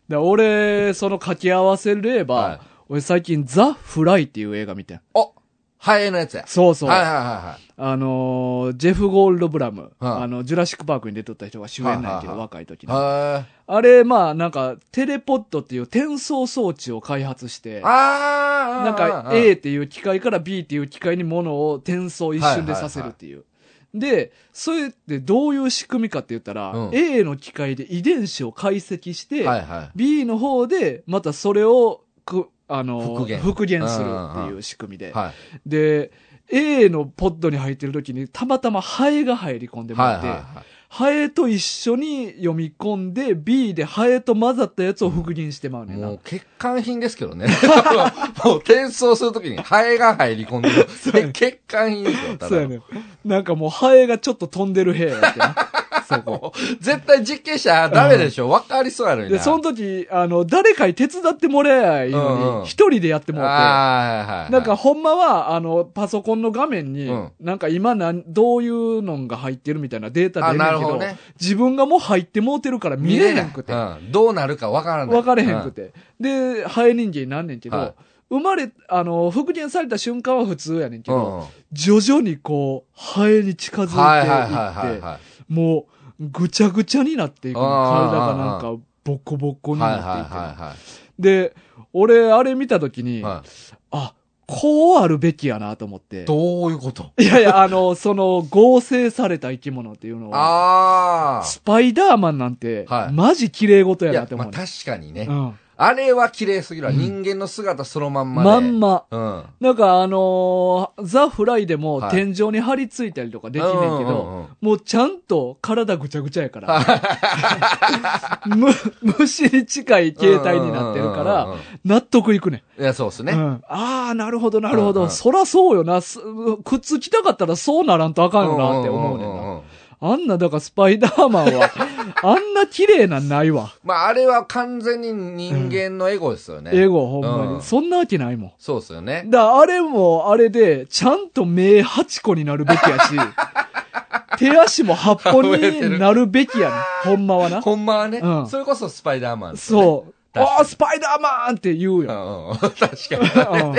Speaker 1: で俺、その掛け合わせれば、
Speaker 2: はい
Speaker 1: 俺最近ザ・フライっていう映画見てん。
Speaker 2: おハエのやつや。
Speaker 1: そうそう。
Speaker 2: はいはいは
Speaker 1: あのージェフ・ゴールドブラム、
Speaker 2: はい
Speaker 1: あの、ジュラシック・パークに出とった人が主演なんやけど、
Speaker 2: はいはいはい
Speaker 1: 若い時
Speaker 2: い
Speaker 1: に。
Speaker 2: はい。へー
Speaker 1: あれ、まあ、なんか、テレポットっていう転送装置を開発して、
Speaker 2: あー
Speaker 1: なんか A っていう機械から B っていう機械に物を転送一瞬でさせるっていう。で、それってどういう仕組みかって言ったら、
Speaker 2: うん
Speaker 1: A の機械で遺伝子を解析して、
Speaker 2: はいはい。
Speaker 1: B の方でまたそれをく、あの、
Speaker 2: 復元
Speaker 1: する
Speaker 2: うん
Speaker 1: っ
Speaker 2: う
Speaker 1: て
Speaker 2: ん
Speaker 1: いう仕組みで。
Speaker 2: はい。
Speaker 1: で、 A のポッドに入ってる時に、たまたまハエが入り込んでもらって、ハエと一緒に読み込んで、B でハエと混ざったやつを復元してまうねんな。
Speaker 2: もう欠陥品ですけどね。 もう転送するときにハエが入り込んで る。で欠陥品ですよ、た
Speaker 1: そう
Speaker 2: だ
Speaker 1: や ねん。なんかもうハエがちょっと飛んでる部屋やってな。そこ。
Speaker 2: 絶対実験者ダメでしょ。わ、かりそうやのに
Speaker 1: で、
Speaker 2: な。
Speaker 1: その時、あの、誰かに手伝ってもらえない
Speaker 2: うん
Speaker 1: の
Speaker 2: うん
Speaker 1: に、一人でやってもらって、
Speaker 2: あーはいはいはい。
Speaker 1: なんか、ほんまは、あの、パソコンの画面に
Speaker 2: うん、
Speaker 1: なんか今なん、どういうのが入ってるみたいなデータ
Speaker 2: あ、
Speaker 1: 出るん
Speaker 2: な
Speaker 1: け
Speaker 2: るほ
Speaker 1: ど
Speaker 2: どね。
Speaker 1: 自分がもう入ってもうてるから見れへんくて
Speaker 2: う。ん。どうなるかわからない。
Speaker 1: 分かれへんく
Speaker 2: て。
Speaker 1: て。で、ハエ人間になんねんけど、
Speaker 2: はい
Speaker 1: 生まれ、あの、復元された瞬間は普通やねんけ
Speaker 2: うん。
Speaker 1: ど、
Speaker 2: はい
Speaker 1: 徐々にこう、ハエに近づいていって、
Speaker 2: はいはいはいはい。
Speaker 1: もう、ぐちゃぐちゃになっていくの。
Speaker 2: あー
Speaker 1: 体がなんか、ボコボコに
Speaker 2: はい
Speaker 1: な
Speaker 2: はい
Speaker 1: っていて。
Speaker 2: は
Speaker 1: で、俺、あれ見たとき
Speaker 2: い
Speaker 1: に、
Speaker 2: は
Speaker 1: あ、こうあるべきやなと思って
Speaker 2: い。。どういうこと
Speaker 1: いやいや、あの、その、合成された生き物っていうのは、
Speaker 2: あ
Speaker 1: スパイダーマンなんて、
Speaker 2: はい
Speaker 1: マジ綺麗事
Speaker 2: あ。
Speaker 1: や
Speaker 2: い
Speaker 1: な
Speaker 2: や
Speaker 1: って、思
Speaker 2: まあ
Speaker 1: う、
Speaker 2: 確かにね。
Speaker 1: うん。
Speaker 2: あれは綺麗すぎるわ。
Speaker 1: うん
Speaker 2: 人間の姿そのまんまで。
Speaker 1: まんま。
Speaker 2: うん。
Speaker 1: なんかあのーザ・フライでも
Speaker 2: はい
Speaker 1: 天井に張り付いたりとかできんねんけど、
Speaker 2: うんうんうん
Speaker 1: もうちゃんと体ぐちゃぐちゃや から、む虫に近い形態になってるか
Speaker 2: うんうんうん
Speaker 1: ら、
Speaker 2: うん
Speaker 1: 納得いくねん。
Speaker 2: いや、そうですね。
Speaker 1: うんああ、なるほど、なるほど。
Speaker 2: うんうん
Speaker 1: そらそうよな。す靴着たかったらそうならんとあかんよなって思うねんな。
Speaker 2: んんんん
Speaker 1: あんな、だからスパイダーマン は、あんな綺麗なんないわ。
Speaker 2: まあ、あれは完全に人間のエゴですよね。
Speaker 1: 英語ほんまに。
Speaker 2: うん
Speaker 1: そんなわけないもん。
Speaker 2: そうですよね。
Speaker 1: だからあれも、あれで、ちゃんと目8個になるべきや し、手足も8本になるべきやね ん。ほんまはな。
Speaker 2: ほんまはね、
Speaker 1: うん
Speaker 2: それこそスパイダーマンですよね、
Speaker 1: そう。
Speaker 2: 確かに
Speaker 1: ああ、スパイダーマンって言う
Speaker 2: う
Speaker 1: よ。
Speaker 2: んうん確か
Speaker 1: うん
Speaker 2: に。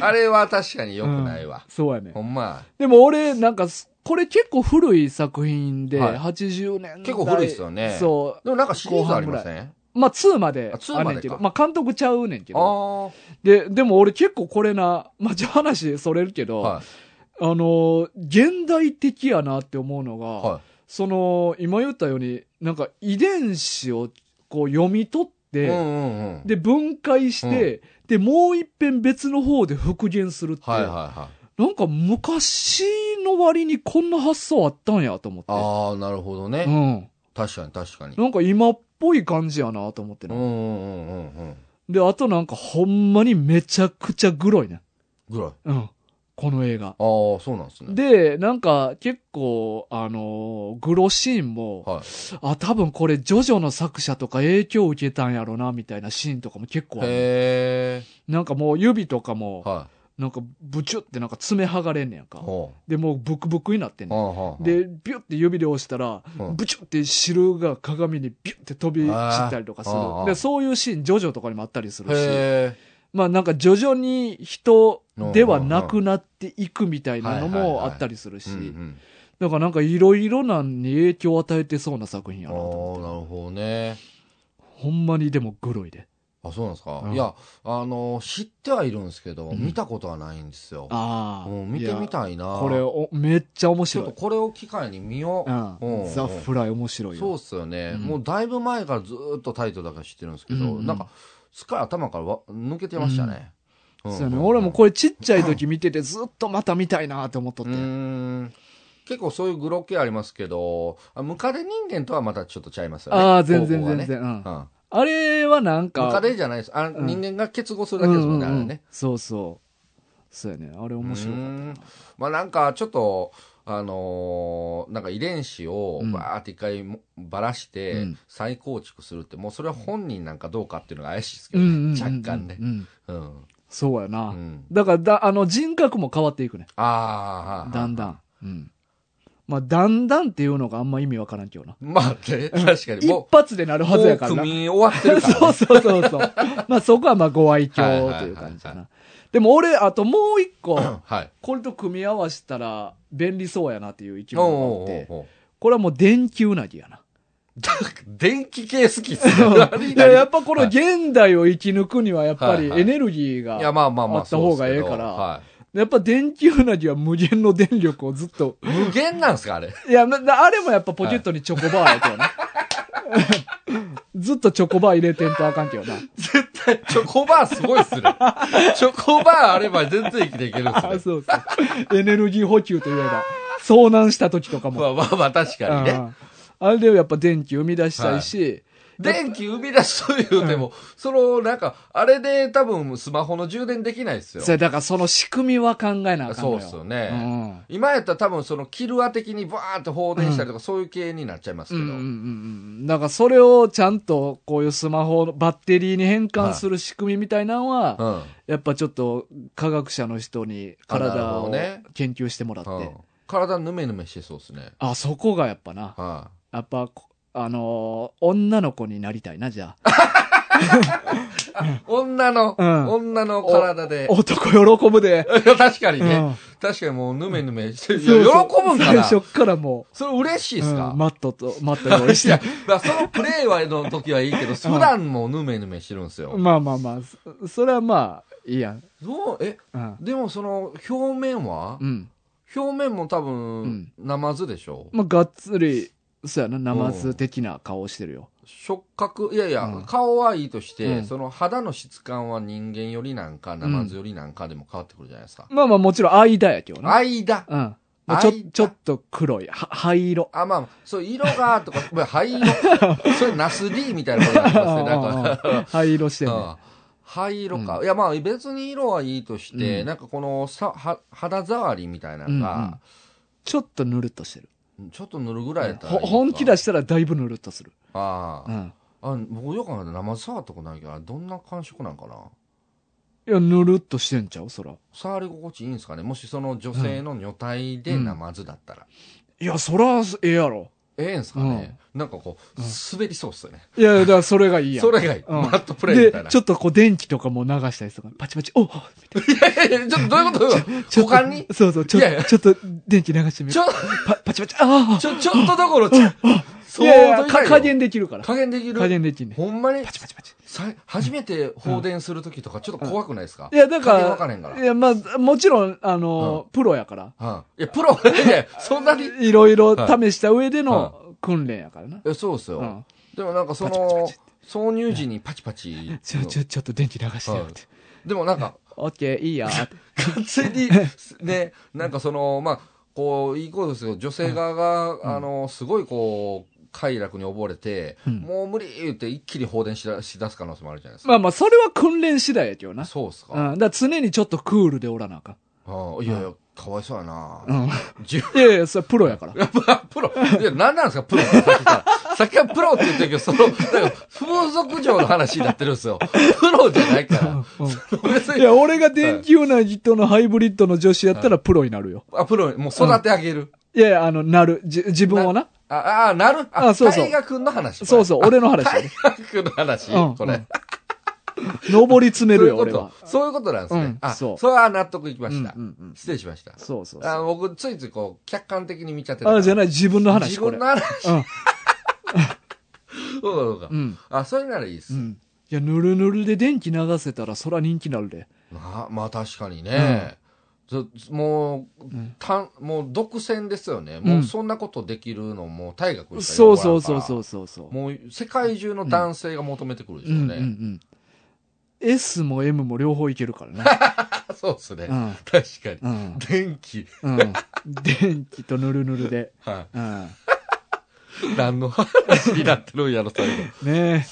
Speaker 2: あれは確かに良くないわ。
Speaker 1: そうやね
Speaker 2: ほ。んま。
Speaker 1: でも俺、なんかす、これ結構古い作品で、
Speaker 2: はい
Speaker 1: 80年代。
Speaker 2: 結構古いっすよね
Speaker 1: そ
Speaker 2: でもなんかシリーズありませんあ
Speaker 1: う。まあ、2まで
Speaker 2: あ2
Speaker 1: あんねんけど。
Speaker 2: まで
Speaker 1: まあ、監督ちゃうねんけ
Speaker 2: あ
Speaker 1: ど。
Speaker 2: ー。
Speaker 1: で、でも俺結構これな、まあ、ちょ、話それるけど、
Speaker 2: は
Speaker 1: あのー、現代的やなって思うのが、
Speaker 2: い。は
Speaker 1: その、今言ったように、なんか遺伝子をこう読み取っ
Speaker 2: い。
Speaker 1: て、
Speaker 2: うんうんうん。
Speaker 1: で、分解して、で、もう一遍別の方で復元するって、
Speaker 2: はいはいはい。
Speaker 1: なんか昔の割にこんな発想あったんやと思って。
Speaker 2: ああ、なるほど
Speaker 1: う
Speaker 2: ね。
Speaker 1: ん。
Speaker 2: 確かに確かに。
Speaker 1: なんか今っぽい感じやなと思って
Speaker 2: う
Speaker 1: な、
Speaker 2: んうんうんうんうん。
Speaker 1: で、あとなんかほんまにめちゃくちゃグロいね。
Speaker 2: ぐらい。
Speaker 1: う
Speaker 2: あ
Speaker 1: ん。この映画。
Speaker 2: あー、そうなんですね。
Speaker 1: で、なんか結構、あのーグロシーンも、
Speaker 2: はい。
Speaker 1: あ、多分これ、ジョジョの作者とか影響を受けたんやろな、みたいなシーンとかも結構ある
Speaker 2: へえ。
Speaker 1: なんかもう指とかも、
Speaker 2: は
Speaker 1: なんかブチュってなんか爪剥がれんねやん
Speaker 2: い。
Speaker 1: か。
Speaker 2: ほ
Speaker 1: で、もうブクブクになってん
Speaker 2: う。
Speaker 1: ねん
Speaker 2: ほうほうほう、
Speaker 1: で、ビュって指で押したら、
Speaker 2: うん
Speaker 1: ブチュって汁が鏡にビュって飛び散ったりとかす
Speaker 2: あーあ
Speaker 1: る。
Speaker 2: ー
Speaker 1: で、そういうシーン、ジョジョとかにもあったりするし、
Speaker 2: へえ。
Speaker 1: まあなんか徐々に人ではなくなっていくみたいなの
Speaker 2: うんうんうん
Speaker 1: もあったりするし
Speaker 2: うん、うん
Speaker 1: だからなんかいろいろなに影響を与えてそうな作品や
Speaker 2: ああ、
Speaker 1: な
Speaker 2: な
Speaker 1: と
Speaker 2: る
Speaker 1: 思って。
Speaker 2: ほどね。
Speaker 1: ほんまにでもグロいで。
Speaker 2: あ、そうなんですか。
Speaker 1: うん
Speaker 2: いや、あの、知ってはいるんですけど、
Speaker 1: うん
Speaker 2: 見たことはないんですよ。
Speaker 1: ああ。
Speaker 2: うん見てみ
Speaker 1: い
Speaker 2: たいな。
Speaker 1: や。これお、めっちゃ面
Speaker 2: ちょ
Speaker 1: 白
Speaker 2: っと
Speaker 1: い。
Speaker 2: これを機会に見よ
Speaker 1: う
Speaker 2: う。
Speaker 1: ん
Speaker 2: うん
Speaker 1: ザ・フライ面白いよ。
Speaker 2: そうっすよね。
Speaker 1: うん
Speaker 2: もうだいぶ前からずーっとタイトルだけ知ってるんですけ
Speaker 1: うん
Speaker 2: ど、
Speaker 1: うん
Speaker 2: なんか、すっかり頭からわ抜けてましたね。ん
Speaker 1: そうやね。俺もこれちっちゃい時見ててずっとまた見たいなって思っとっ
Speaker 2: う
Speaker 1: て。
Speaker 2: ーん結構そういうグロ系ありますけど、あムカデ人間とはまたちょっとちゃいますよね。
Speaker 1: ああ、全然
Speaker 2: 方向が
Speaker 1: 全
Speaker 2: ね。
Speaker 1: 然。うん
Speaker 2: うん
Speaker 1: あれはなんか。
Speaker 2: ムカデじゃないです。あ、
Speaker 1: うん
Speaker 2: 人間が結合するだ
Speaker 1: う
Speaker 2: け
Speaker 1: ん
Speaker 2: で
Speaker 1: う
Speaker 2: すもん
Speaker 1: ん
Speaker 2: ね、
Speaker 1: う
Speaker 2: あれね
Speaker 1: ん。。そうそう。そうやね。あれ面白
Speaker 2: う
Speaker 1: い。
Speaker 2: んまあなんかちょっと、あのーなんか遺伝子を
Speaker 1: うん
Speaker 2: バーって一回もばらして
Speaker 1: うん
Speaker 2: 再構築するって、もうそれは本人なんかどうかっていうのが怪しいですけ
Speaker 1: う
Speaker 2: ど
Speaker 1: んうん
Speaker 2: ね、
Speaker 1: うん。
Speaker 2: 若干ね
Speaker 1: う。ん。
Speaker 2: うん。
Speaker 1: そうや
Speaker 2: う
Speaker 1: な。
Speaker 2: ん、
Speaker 1: だから、だ、あの、人格も変わっていくね。
Speaker 2: ああ、
Speaker 1: だんだん。うん。まあ、だんだんっていうのがあんま意味わからんけどな。
Speaker 2: まあね、確か
Speaker 1: 一
Speaker 2: に。も
Speaker 1: 発でなる
Speaker 2: う、
Speaker 1: は
Speaker 2: も
Speaker 1: ずや
Speaker 2: う
Speaker 1: からな。
Speaker 2: 組み終わってるから、
Speaker 1: そう
Speaker 2: ね。
Speaker 1: そうそうそう。まあそこはまあご愛嬌という感じ
Speaker 2: はいはいは
Speaker 1: だ
Speaker 2: いは
Speaker 1: な。でも俺、あともう一個、
Speaker 2: はい。
Speaker 1: これと組み合わせたら便利そうやなっていう生き物
Speaker 2: お
Speaker 1: があっ
Speaker 2: うおう
Speaker 1: て、
Speaker 2: おう
Speaker 1: これはもう電球うなぎやな。
Speaker 2: 電気系好きっすね何
Speaker 1: いや、やっぱこの
Speaker 2: はい
Speaker 1: 現代を生き抜くにはやっぱり
Speaker 2: はいはい
Speaker 1: エネルギー
Speaker 2: いや、
Speaker 1: が、
Speaker 2: まあまあまあ、
Speaker 1: あった方がええから
Speaker 2: そうですけどは
Speaker 1: やっぱ電球うなぎは無限の電力をずっと、
Speaker 2: い。無限なんすか、あれ。
Speaker 1: いや、ななあれもやっぱポケットに チョコバーやけどな。ずっとチョコバー入れてんとあかんけどな。
Speaker 2: 絶チョコバーすごい っすね。チョコバーあれば全然生きていけるっす
Speaker 1: あ
Speaker 2: ね。
Speaker 1: そう そう。エネルギー補給といえば、遭難した時とかも。
Speaker 2: まあまあまあ確かに
Speaker 1: う
Speaker 2: ね。
Speaker 1: んあれでやっぱ電気生み出したいし、
Speaker 2: 電気生み出すというでも、そのなんか、あれで多分スマホの充電できないっすよ。
Speaker 1: それだからその仕組みは考えなあかんの
Speaker 2: そう
Speaker 1: よ。
Speaker 2: っすよ
Speaker 1: う
Speaker 2: ね。
Speaker 1: ん。
Speaker 2: 今やったら多分そのキルア的にバーって放電したりとかそういう系になっちゃいます
Speaker 1: う
Speaker 2: け
Speaker 1: んう
Speaker 2: ど。
Speaker 1: んうんうん。だからそれをちゃんとこういうスマホのバッテリーに変換する仕組みみたいなのは、
Speaker 2: うん。
Speaker 1: やっぱちょっと科学者の人に
Speaker 2: あなる
Speaker 1: 体
Speaker 2: ほど
Speaker 1: を
Speaker 2: ね
Speaker 1: 研究してもらって。
Speaker 2: うん体ヌメヌメしてそうっすね。
Speaker 1: あ、そこがやっぱな。
Speaker 2: は
Speaker 1: やっぱ、こあのー女の子になりたいな、じゃあ。
Speaker 2: い。女の、
Speaker 1: うん
Speaker 2: 女の体で。
Speaker 1: 男喜ぶで。
Speaker 2: いや 確かにね。
Speaker 1: うん
Speaker 2: 確かにもうヌメヌメして、い
Speaker 1: そう
Speaker 2: や
Speaker 1: そう
Speaker 2: 喜ぶんか
Speaker 1: 最
Speaker 2: な
Speaker 1: 初っからも
Speaker 2: それ嬉し
Speaker 1: う、
Speaker 2: いです
Speaker 1: う
Speaker 2: か、
Speaker 1: んマットと、 マット用意し
Speaker 2: いや
Speaker 1: て。
Speaker 2: まあそのプレイはの時はいいけど、普段もヌメヌメしてるんですよ。
Speaker 1: まあまあまあ、そそれはまあ、いいやん。
Speaker 2: そうえ、
Speaker 1: うん。
Speaker 2: でもその表面は、
Speaker 1: うん。
Speaker 2: 表面も多
Speaker 1: う
Speaker 2: 分
Speaker 1: ん、
Speaker 2: ナマズでしょ、
Speaker 1: まあ、がっつり、そうやな、ナマズ的な顔をしてるよ。
Speaker 2: 触覚、いやいや、
Speaker 1: うん
Speaker 2: 顔はいいとして、
Speaker 1: うん
Speaker 2: その肌の質感は人間よりなんか、ナマズよりなんかでも変わってくるじゃないですか。
Speaker 1: まあまあ、もちろん間やけどな。
Speaker 2: 間。
Speaker 1: うん。まあちょ、
Speaker 2: 間
Speaker 1: ちょっと黒い、は灰色。
Speaker 2: あ、まあ、そう、色が、とか、 まあ 灰色。それ、ナス D みたいなことになりますね。なんか、
Speaker 1: うん灰色してんね。
Speaker 2: ああ灰色か、いやまあ別に色はいいとして、
Speaker 1: うん
Speaker 2: なんかこのさは肌触りみたいなのが、
Speaker 1: ちょっとぬるっとしてる。
Speaker 2: ちょっと塗るぐらいやったらいい
Speaker 1: ほ
Speaker 2: か
Speaker 1: 本気出したらだいぶぬるっとする。
Speaker 2: あ
Speaker 1: う
Speaker 2: あ、
Speaker 1: ん。
Speaker 2: あ僕よく考えたら生触ったことないけどどんな感触なんかない
Speaker 1: や、ぬるっとしてんちゃうそら。
Speaker 2: 触り心地いいんですかねもしその女性の女体で
Speaker 1: うん
Speaker 2: 生ずだったら、
Speaker 1: いや、そら、ええやろ。
Speaker 2: ええんすかね、なんかこう
Speaker 1: うん
Speaker 2: 滑りそうっすよね、
Speaker 1: いや、だからそれがいいやん。
Speaker 2: それがいい、
Speaker 1: うん
Speaker 2: マットプレイみ
Speaker 1: で
Speaker 2: たいな、
Speaker 1: ちょっとこう電気とかも流したりとか、パチパチ、おっ
Speaker 2: いやいやちょっとどういうこと
Speaker 1: ちょっと
Speaker 2: 股間に
Speaker 1: そうそう、ちょ
Speaker 2: いやいや
Speaker 1: ちょっと電気流してみ
Speaker 2: ち
Speaker 1: る。
Speaker 2: ょ
Speaker 1: パパチパチ、あ
Speaker 2: ちょちょっとどころちょ
Speaker 1: あい
Speaker 2: 相
Speaker 1: やいや、
Speaker 2: 当痛い
Speaker 1: か
Speaker 2: よ
Speaker 1: 加減できるから。
Speaker 2: 加減できる
Speaker 1: 加減できんね。
Speaker 2: ほんまに
Speaker 1: パチパチパチ。
Speaker 2: さ初めて放電するときとかちょっと怖くないですか、
Speaker 1: いや、だ
Speaker 2: 加減分か
Speaker 1: から、
Speaker 2: へんから
Speaker 1: いや、まあ、もちろん、あの、プロやから。
Speaker 2: ら。うん。いや、プロ、 いや、そんなに。
Speaker 1: いろいろ試した上での訓練やからな。
Speaker 2: えそうっすよ、
Speaker 1: うん。
Speaker 2: でもなんかそ
Speaker 1: パチパチパ
Speaker 2: の
Speaker 1: チ、
Speaker 2: 挿入時にパチパチ。
Speaker 1: ちょ、ちょ、ちょっと電気流してよって。
Speaker 2: でもなんか、
Speaker 1: オッケー、いいやって。
Speaker 2: 完全に、 ね、なんかその、まあ、こう、いいことですよ。女性側が、あの、すごいこう、快楽に溺れて、
Speaker 1: うん
Speaker 2: もう無理言って一気に放電しだしだす可能性もあるじゃないですか。
Speaker 1: まあまあ、それは訓練次第やけどな。
Speaker 2: そうっす
Speaker 1: うん。
Speaker 2: か。
Speaker 1: だから常にちょっとクールでおらなあかん。
Speaker 2: ああいやいや、かわいそうやな。
Speaker 1: うん。
Speaker 2: 自分
Speaker 1: いやいや、それプロやから。
Speaker 2: やっぱ、 プロ。いや、何なんですか、プロってさっきから。さっきはプロって言ってるけど、その、なんか、風俗嬢の話になってるんですよ。プロじゃないから。別
Speaker 1: い
Speaker 2: に、
Speaker 1: や、俺が電気うなぎとのハイブリッドの女子やったらプロになるよ。
Speaker 2: あ、プロ、もう育て上げる。
Speaker 1: いやいや、あの、なる。じ自分をな。
Speaker 2: あ、あ、なる。
Speaker 1: あそうそう
Speaker 2: 大学の話。これ
Speaker 1: そうそう、。俺の話やね。
Speaker 2: 大学の話、
Speaker 1: うん
Speaker 2: これ。
Speaker 1: 登り詰め
Speaker 2: そう
Speaker 1: る
Speaker 2: い
Speaker 1: よ、
Speaker 2: うこ
Speaker 1: 俺
Speaker 2: と
Speaker 1: は。。
Speaker 2: そういうことなんです
Speaker 1: う
Speaker 2: ね
Speaker 1: ん。
Speaker 2: あ、
Speaker 1: そ
Speaker 2: そうれは納得いきま
Speaker 1: うん
Speaker 2: し
Speaker 1: うん
Speaker 2: た
Speaker 1: う。ん
Speaker 2: 失礼しました。
Speaker 1: そうそうそう。
Speaker 2: あ僕、ついついこう、客観的に見ちゃってたから
Speaker 1: あ、じゃない、自分の話、
Speaker 2: 自
Speaker 1: これ
Speaker 2: 分の。話。
Speaker 1: うん。
Speaker 2: そうかそう
Speaker 1: う
Speaker 2: か。
Speaker 1: ん。
Speaker 2: あ、それならいいっす
Speaker 1: う。ん。いや、ぬるぬるで電気流せたら、そら人気なるで。
Speaker 2: まあ、まあ確かにね。ずもう、
Speaker 1: ん
Speaker 2: たん、もう独占ですよね。
Speaker 1: ん
Speaker 2: もうそんなことできるのも大学しか。
Speaker 1: そうそうそうそううそうそう。
Speaker 2: もう世界中の男性が求めてくるでし
Speaker 1: う
Speaker 2: ょうん
Speaker 1: うんう
Speaker 2: ね。
Speaker 1: ん。S も M も両方いけるからね。
Speaker 2: そうですね、
Speaker 1: うん。
Speaker 2: 確かに。
Speaker 1: うん。
Speaker 2: 電気。
Speaker 1: うん。電気とぬるぬるで。
Speaker 2: は
Speaker 1: うん。
Speaker 2: い。何の話になってるんやろ、最後。
Speaker 1: ね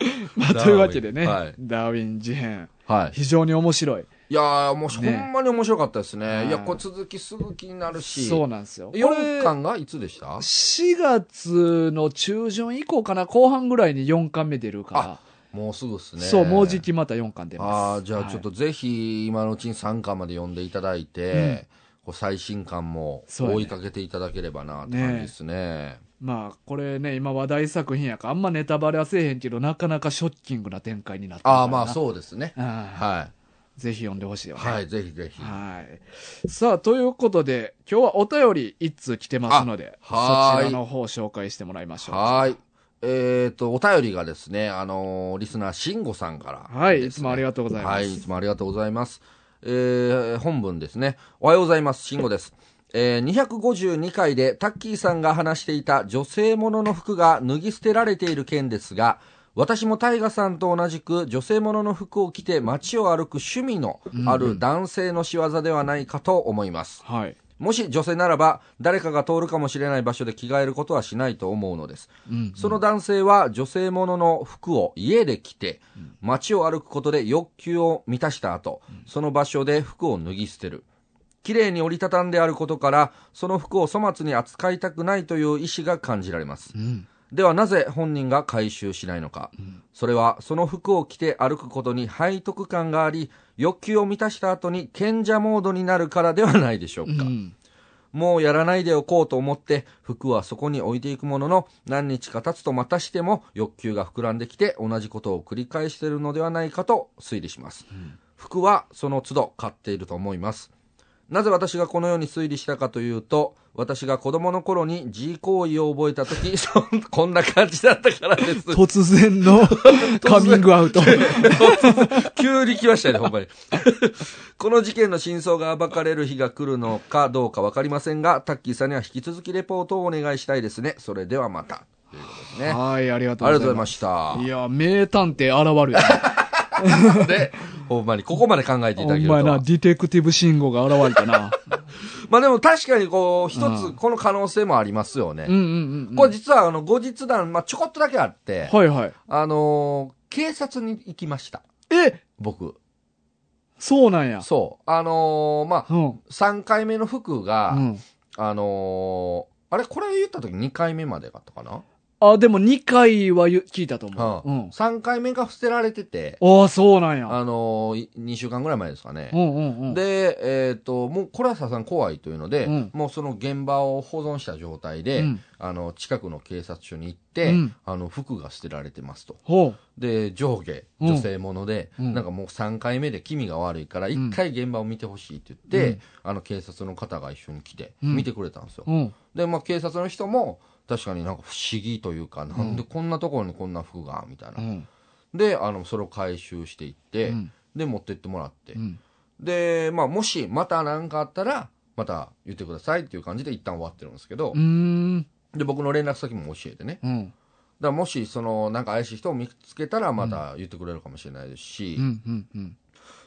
Speaker 1: え。まあ、
Speaker 2: ダーウィン
Speaker 1: というわけでね、
Speaker 2: はい
Speaker 1: ダーウィン事変、
Speaker 2: はい。
Speaker 1: 非常に面白い。
Speaker 2: いやー、もう、
Speaker 1: ね
Speaker 2: ほんまに面白かったですね。
Speaker 1: うん
Speaker 2: いや、こう続きすぐ気になるし。
Speaker 1: そうなんですよ。こ
Speaker 2: 4
Speaker 1: れ、
Speaker 2: 巻がいつでした
Speaker 1: 4月の中旬以降かな、後半ぐらいに4巻目出るか
Speaker 2: もうすぐっす
Speaker 1: ら、
Speaker 2: ね。
Speaker 1: そう、もうじきまた4巻出
Speaker 2: あ
Speaker 1: ま
Speaker 2: あ、
Speaker 1: す。
Speaker 2: じゃあちょっとぜひ今のうちに3巻まで読んでいただいて、こう最新巻も
Speaker 1: そうやね
Speaker 2: 追いかけていただければなって感じですね。
Speaker 1: まあ、これね、今話題作品やから、あんまネタバレはせえへんけど、なかなかショッキングな展開になってるからな
Speaker 2: ああ、まあそうですね。
Speaker 1: うん。
Speaker 2: は
Speaker 1: ぜひ読んでほしい
Speaker 2: い。
Speaker 1: よね。
Speaker 2: はい、ぜひぜひ。
Speaker 1: はい。さあ、ということで、今日はお便り一通来てますので、そち
Speaker 2: あはーい
Speaker 1: らの方紹介してもらいましょう。
Speaker 2: はい。えっ、と、お便りがですね、あのーリスナー、しんごさんから、
Speaker 1: はい、いつもありがとうご
Speaker 2: と
Speaker 1: ざいます。
Speaker 2: はい、いつもありがとうございます。えー本文ですね。おはようございます。しんごです。えー252回でタッキーさんが話していた女性ものの服が脱ぎ捨てられている件ですが、私もタイガさんと同じく女性ものの服を着て街を歩く趣味のある男性の仕業ではないかと思います。
Speaker 1: はい。
Speaker 2: もし女性ならば誰かが通るかもしれない場所で着替えることはしないと思うのです。
Speaker 1: うん。
Speaker 2: その男性は女性ものの服を家で着て、街を歩くことで欲求を満たした後、その場所で服を脱ぎ捨てる。綺麗に折りたたんであることから、その服を粗末に扱いたくないという意思が感じられます
Speaker 1: う。ん。
Speaker 2: ではなぜ本人が回収しないのか。それはその服を着て歩くことに背徳感があり、欲求を満たした後に賢者モードになるからではないでしょう
Speaker 1: う
Speaker 2: か。
Speaker 1: ん。
Speaker 2: もうやらないでおこうと思って、服はそこに置いていくものの、何日か経つとまたしても欲求が膨らんできて、同じことを繰り返しているのではないかと推理します。服はその都度買っていると思います。なぜ私がこのように推理したかというと、私が子供の頃に G 行為を覚えたとき、 そんこんな感じだったからです。
Speaker 1: 突然 のカミングアウト。
Speaker 2: 急に来ましたよね、ほんまに。 この事件の真相が暴かれる日が来るのかどうかわかりませんが、タッキーさんには引き続きレポートをお願いしたいですね。それではまた。ということですね。あ
Speaker 1: はい、ありが
Speaker 2: り
Speaker 1: とう
Speaker 2: がと
Speaker 1: ござ
Speaker 2: うござ
Speaker 1: い
Speaker 2: いま
Speaker 1: ます。
Speaker 2: した。
Speaker 1: いや、名探偵現るよね。
Speaker 2: で、ほんまに、ここまで考えていた
Speaker 1: お
Speaker 2: だけると
Speaker 1: 前な、
Speaker 2: は。
Speaker 1: ディテクティブ信号が現れたな。
Speaker 2: まあでも確かにこう、一
Speaker 1: う
Speaker 2: つ、この可能性もありますよね。
Speaker 1: うんうんうん。
Speaker 2: これ実は、あの、後日談、まあちょこっとだけあって、
Speaker 1: はいはい。
Speaker 2: あのー警察に行きました。
Speaker 1: え
Speaker 2: 僕。
Speaker 1: そうなんや。
Speaker 2: そう。あのーまあ
Speaker 1: うん。うん。
Speaker 2: 3回目の服が、
Speaker 1: あ、
Speaker 2: あのーあれこれ言った時2回目までだったかな、
Speaker 1: でも2回はゆ聞いたと思う。
Speaker 2: う
Speaker 1: うんん。
Speaker 2: ?3 回目が捨てられてて、
Speaker 1: ああ、そうなんや。
Speaker 2: あのー、2週間ぐらい前ですかね
Speaker 1: う。んうんうん。
Speaker 2: で、えっ、と、もうこれはさすがに怖いというので、
Speaker 1: うん
Speaker 2: もうその現場を保存した状態で、
Speaker 1: うん
Speaker 2: あの、近くの警察署に行っ
Speaker 1: う
Speaker 2: て、
Speaker 1: ん
Speaker 2: あの、服が捨てられてますと。
Speaker 1: ほ
Speaker 2: で、上下、
Speaker 1: うん
Speaker 2: 女性もので、
Speaker 1: うん
Speaker 2: なんかもう3回目で気味が悪いから、
Speaker 1: ん
Speaker 2: 1回現場を見てほしいって言って、
Speaker 1: うん
Speaker 2: あの、警察の方が一緒に来て、
Speaker 1: うん
Speaker 2: 見てくれたんですよ。
Speaker 1: う。うん。
Speaker 2: で、まあ、警察の人も、確かになんか不思議というか、なんでこんなところにこんな服が、みたいな。
Speaker 1: うん。
Speaker 2: で、あの、それを回収していって、
Speaker 1: うん
Speaker 2: で、持ってってもらって。
Speaker 1: うん。
Speaker 2: で、まあ、もし、また何かあったら、また言ってくださいっていう感じで一旦終わってるんですけど
Speaker 1: う、ん。
Speaker 2: で、僕の連絡先も教えてね。
Speaker 1: うん。
Speaker 2: だからもし、その、なんか怪しい人を見つけたら、また言ってくれるかもしれないですし、
Speaker 1: うん。うん。